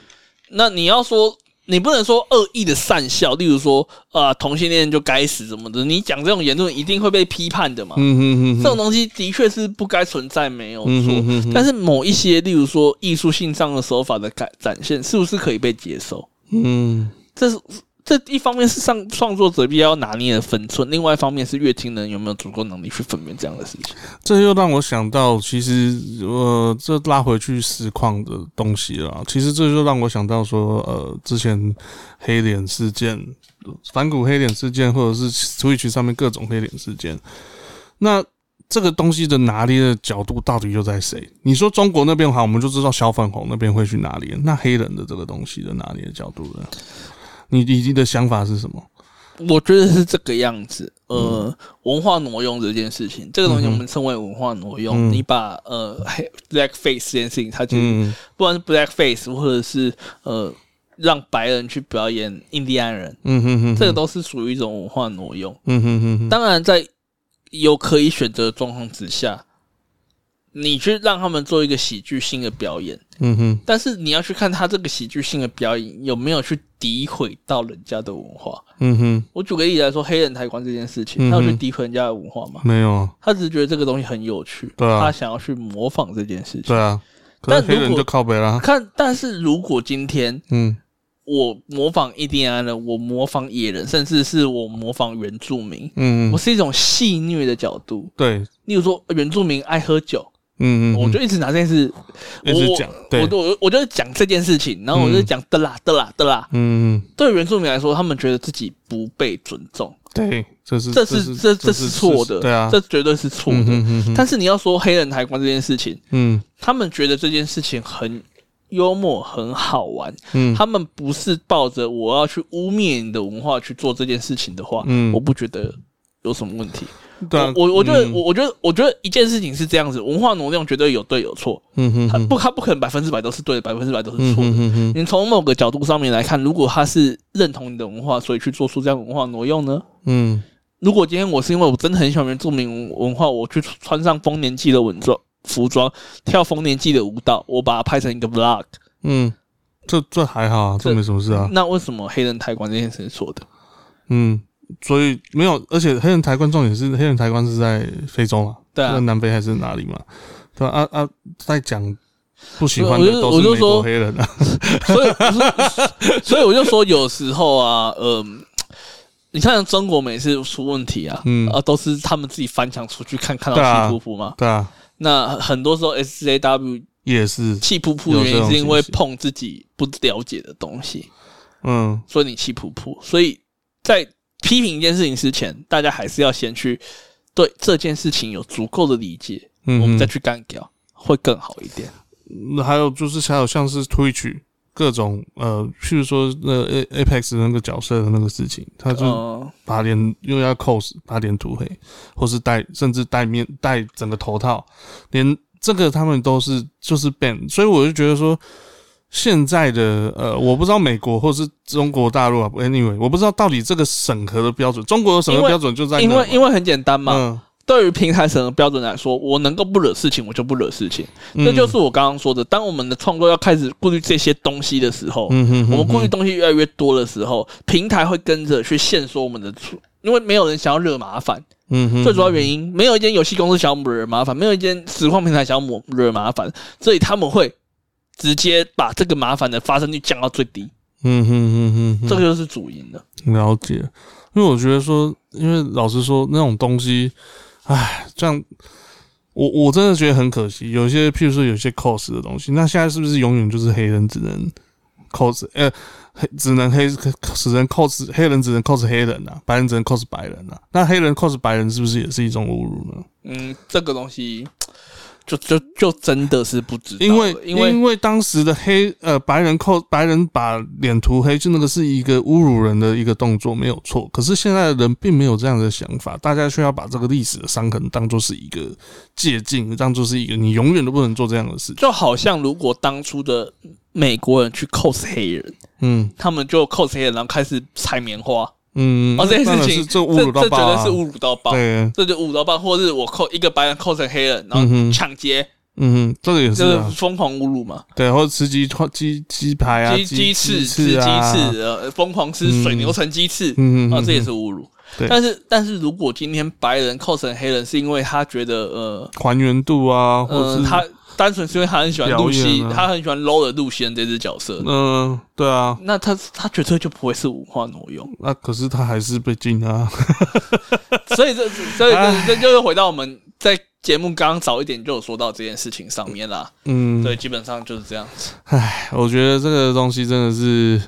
那你要说，你不能说恶意的善笑，例如说啊、同性恋就该死什么的，你讲这种言论一定会被批判的嘛。嗯哼哼哼，这种东西的确是不该存在，没有错。嗯哼哼哼但是某一些，例如说艺术性上的手法的改展现，是不是可以被接受？嗯。这是这一方面是上创作者必要拿捏的分寸，另外一方面是乐听人有没有足够能力去分辨这样的事情。这又让我想到，其实呃，这拉回去实况的东西了啊。其实这就让我想到说，呃，之前黑脸事件、反骨黑脸事件，或者是 Switch 上面各种黑脸事件，那这个东西的拿捏的角度到底又在谁？你说中国那边好，我们就知道小粉红那边会去哪里。那黑人的这个东西的拿捏的角度呢？你你的想法是什么？我觉得是这个样子。呃，嗯文化挪用这件事情，这个东西我们称为文化挪用。嗯你把呃 黑 blackface 这件事情，它就是、嗯不管是 blackface 或者是呃让白人去表演印第安人，嗯哼哼，这个都是属于一种文化挪用。嗯哼哼哼，当然，在有可以选择的状况之下，你去让他们做一个喜剧性的表演，嗯哼但是你要去看他这个喜剧性的表演有没有去诋毁到人家的文化。嗯哼，我举个例子来说，黑人抬棺这件事情，嗯哼他有去诋毁人家的文化吗？没有啊。他只是觉得这个东西很有趣，对啊他想要去模仿这件事情。对啊，可是但如黑果人就靠北啦。看，但是如果今天嗯我模仿印第安人，我模仿野人，甚至是我模仿原住民，嗯我，是一种戏谑的角度，对，例如说原住民爱喝酒，嗯嗯，我就一直拿这件事，一直讲对我我我我就讲这件事情，然后我就嗯讲的啦的啦的啦。嗯嗯对原住民来说，他们觉得自己不被尊重，对，这是这是这这是错的，对啊，这绝对是错的。嗯嗯但是你要说黑人抬棺这件事情，嗯他们觉得这件事情很幽默、很好玩，嗯他们不是抱着我要去污蔑你的文化去做这件事情的话，嗯我不觉得有什么问题。对啊，我我我觉得嗯我我觉得我觉得一件事情是这样子，文化挪用绝对有对有错，嗯嗯它不它不可能百分之百都是对的，百分之百都是嗯错的。嗯嗯你从某个角度上面来看，如果他是认同你的文化，所以去做出这样文化挪用呢？嗯如果今天我是因为我真的很喜欢原住民文化，我去穿上丰年祭的文装服装，跳丰年祭的舞蹈，我把它拍成一个 vlog，嗯，这这还好啊，这没什么事啊，那为什么黑人抬棺这件事是错的？嗯。所以没有，而且黑人抬棺重点是黑人抬棺是在非洲嘛，对在啊，南非还是哪里嘛，对啊啊啊，在讲不喜欢我的就都我是就美国说黑人啊，所以所以 我就说有时候啊，嗯、你看中国每次出问题啊，嗯啊都是他们自己翻墙出去看，看对啊到气噗噗嘛。对啊，那很多时候 SJW 也是，气噗噗有的这原因种是因为情形碰自己不了解的东西，嗯所以你气噗噗。所以在批评一件事情之前，大家还是要先去对这件事情有足够的理解，嗯，我们嗯再去干掉，会更好一点。那还有就是还有像是 Twitch 各种呃，譬如说那 A Apex 那个角色的那个事情，他就嗯，把脸又要 cos 把脸涂黑，或是戴甚至戴面戴整个头套，连这个他们都是就是 ban，所以我就觉得说。现在的呃，我不知道美国或是中国大陆啊，anyway，我不知道到底这个审核的标准，中国有审因核为标准就在因为因为为很简单嘛，嗯，对于平台审核标准来说，我能够不惹事情，我就不惹事情。嗯这就是我刚刚说的，当我们的创作要开始顾虑这些东西的时候，嗯哼哼我们顾虑哼东西越来越多的时候，平台会跟着去限缩我们的出。因为没有人想要惹麻烦，嗯哼最主要原因没有一间游戏公司想要惹麻烦，没有一间实况平台想要惹麻烦，所以他们会直接把这个麻烦的发生率降到最低，嗯哼哼哼哼这个就是主因了。了解，因为我觉得说，因为老实说，那种东西，唉，这样，我我真的觉得很可惜。有些，譬如说，有些 cos 的东西，那现在是不是永远就是黑人只能 cos，呃，黑只能黑，只能 cos 黑人，只能 cos 黑人啊，白人只能 cos 白人啊？那黑人 cos 白人是不是也是一种侮辱呢？嗯，这个东西就就就真的是不知道了，因为因为当时的黑呃白人扣白人把脸涂黑，就那个是一个侮辱人的一个动作，没有错。可是现在的人并没有这样的想法，大家却要把这个历史的伤痕当做是一个借鉴，当做是一个你永远都不能做这样的事情。就好像如果当初的美国人去 cos 黑人，嗯他们就 cos 黑人，然后开始采棉花，嗯，哦，这件当然事是情这侮辱到这爆、绝啊，对是侮辱到爆，对，这就侮辱到爆，或者是我 cos 一个白人 cos 成黑人，然嗯后哼抢劫，嗯哼，这个也是、就是啊，疯狂侮辱嘛，对，或者吃鸡鸡鸡排啊，鸡鸡翅吃翅鸡啊，翅，呃，疯狂吃水牛城鸡翅，嗯啊，哼，这也是侮辱。对但是，但是如果今天白人 cos 成黑人，是因为他觉得呃还原度啊，或者呃，是他单纯是因为他很喜欢表露西，演啊他很喜欢 low 的露西恩这只角色，嗯、对啊，那他他绝对就不会是文化挪用，那、可是他还是被禁啊。所以这所以这这就是回到我们在节目刚刚早一点就有说到这件事情上面啦，嗯，所以，基本上就是这样子。我觉得这个东西真的是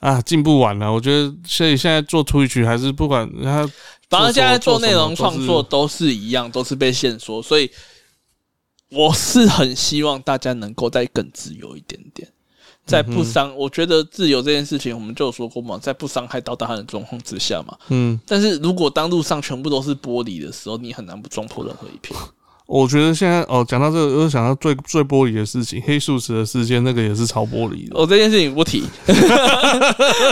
啊，进不完了。我觉得所以现在做 Twitch 还是不管他，反正现在做做什么内容做什创么作都是一样，都是被限缩，所以我是很希望大家能够再更自由一点点，在不嗯伤，我觉得自由这件事情，我们就有说过嘛，在不伤害到大家的状况之下嘛。嗯，但是如果当路上全部都是玻璃的时候，你很难不撞破任何 一片。我觉得现在哦，讲到这个，我就想到最最玻璃的事情，黑素食的事件，那个也是超玻璃的。我、哦这件事情不提。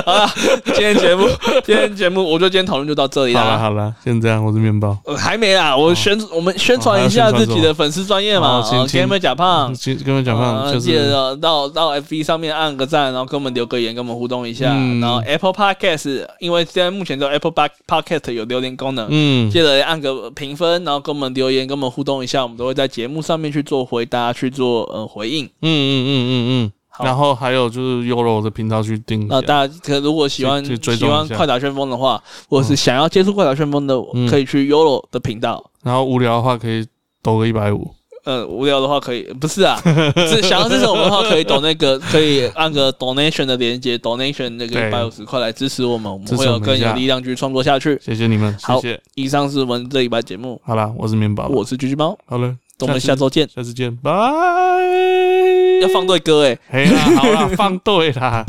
好了，今天 节目，今天节目，我就今天讨论就到这里好了啦。好了，先这样，我是面包，呃，还没啦，我宣、我们宣传一哦还下要宣传自什么己的粉丝专业嘛，哦请哦请 Gamer 假胖，其实跟我讲话呃就记是得到到 FB 上面按个赞，然后跟我们留个言，跟我们互动一下。嗯然后 Apple Podcast，因为现在目前只有 Apple Pod- Podcast 有留言功能，嗯，记得按个评分，然后跟我们留言，跟我们互动一下，我们都会在节目上面去做回答，去做呃回应。嗯嗯嗯嗯好哦嗯，然后还有就是 Euro 的频道去订一那下，大家可如果喜欢去去追喜踪欢一下快打旋风的话，或者是想要接触快打旋风的，嗯可以去 Yolo 的频道。然后无聊的话可以抖个一百五，呃无聊的话可以，不是 啊，是想要支持我们的话，可以抖那个， 可以按个 donation 的连接，donation 那个对一百五十块来支持我们，我们支持会我有们更一有下力量去创作下去。谢谢你们，谢好谢。以上是我们这一版节目，好啦，我是面包，我是橘橘猫，好了，我们次下周见。下次见，拜。要放对歌哎、 嘿啦，好啦，放对啦。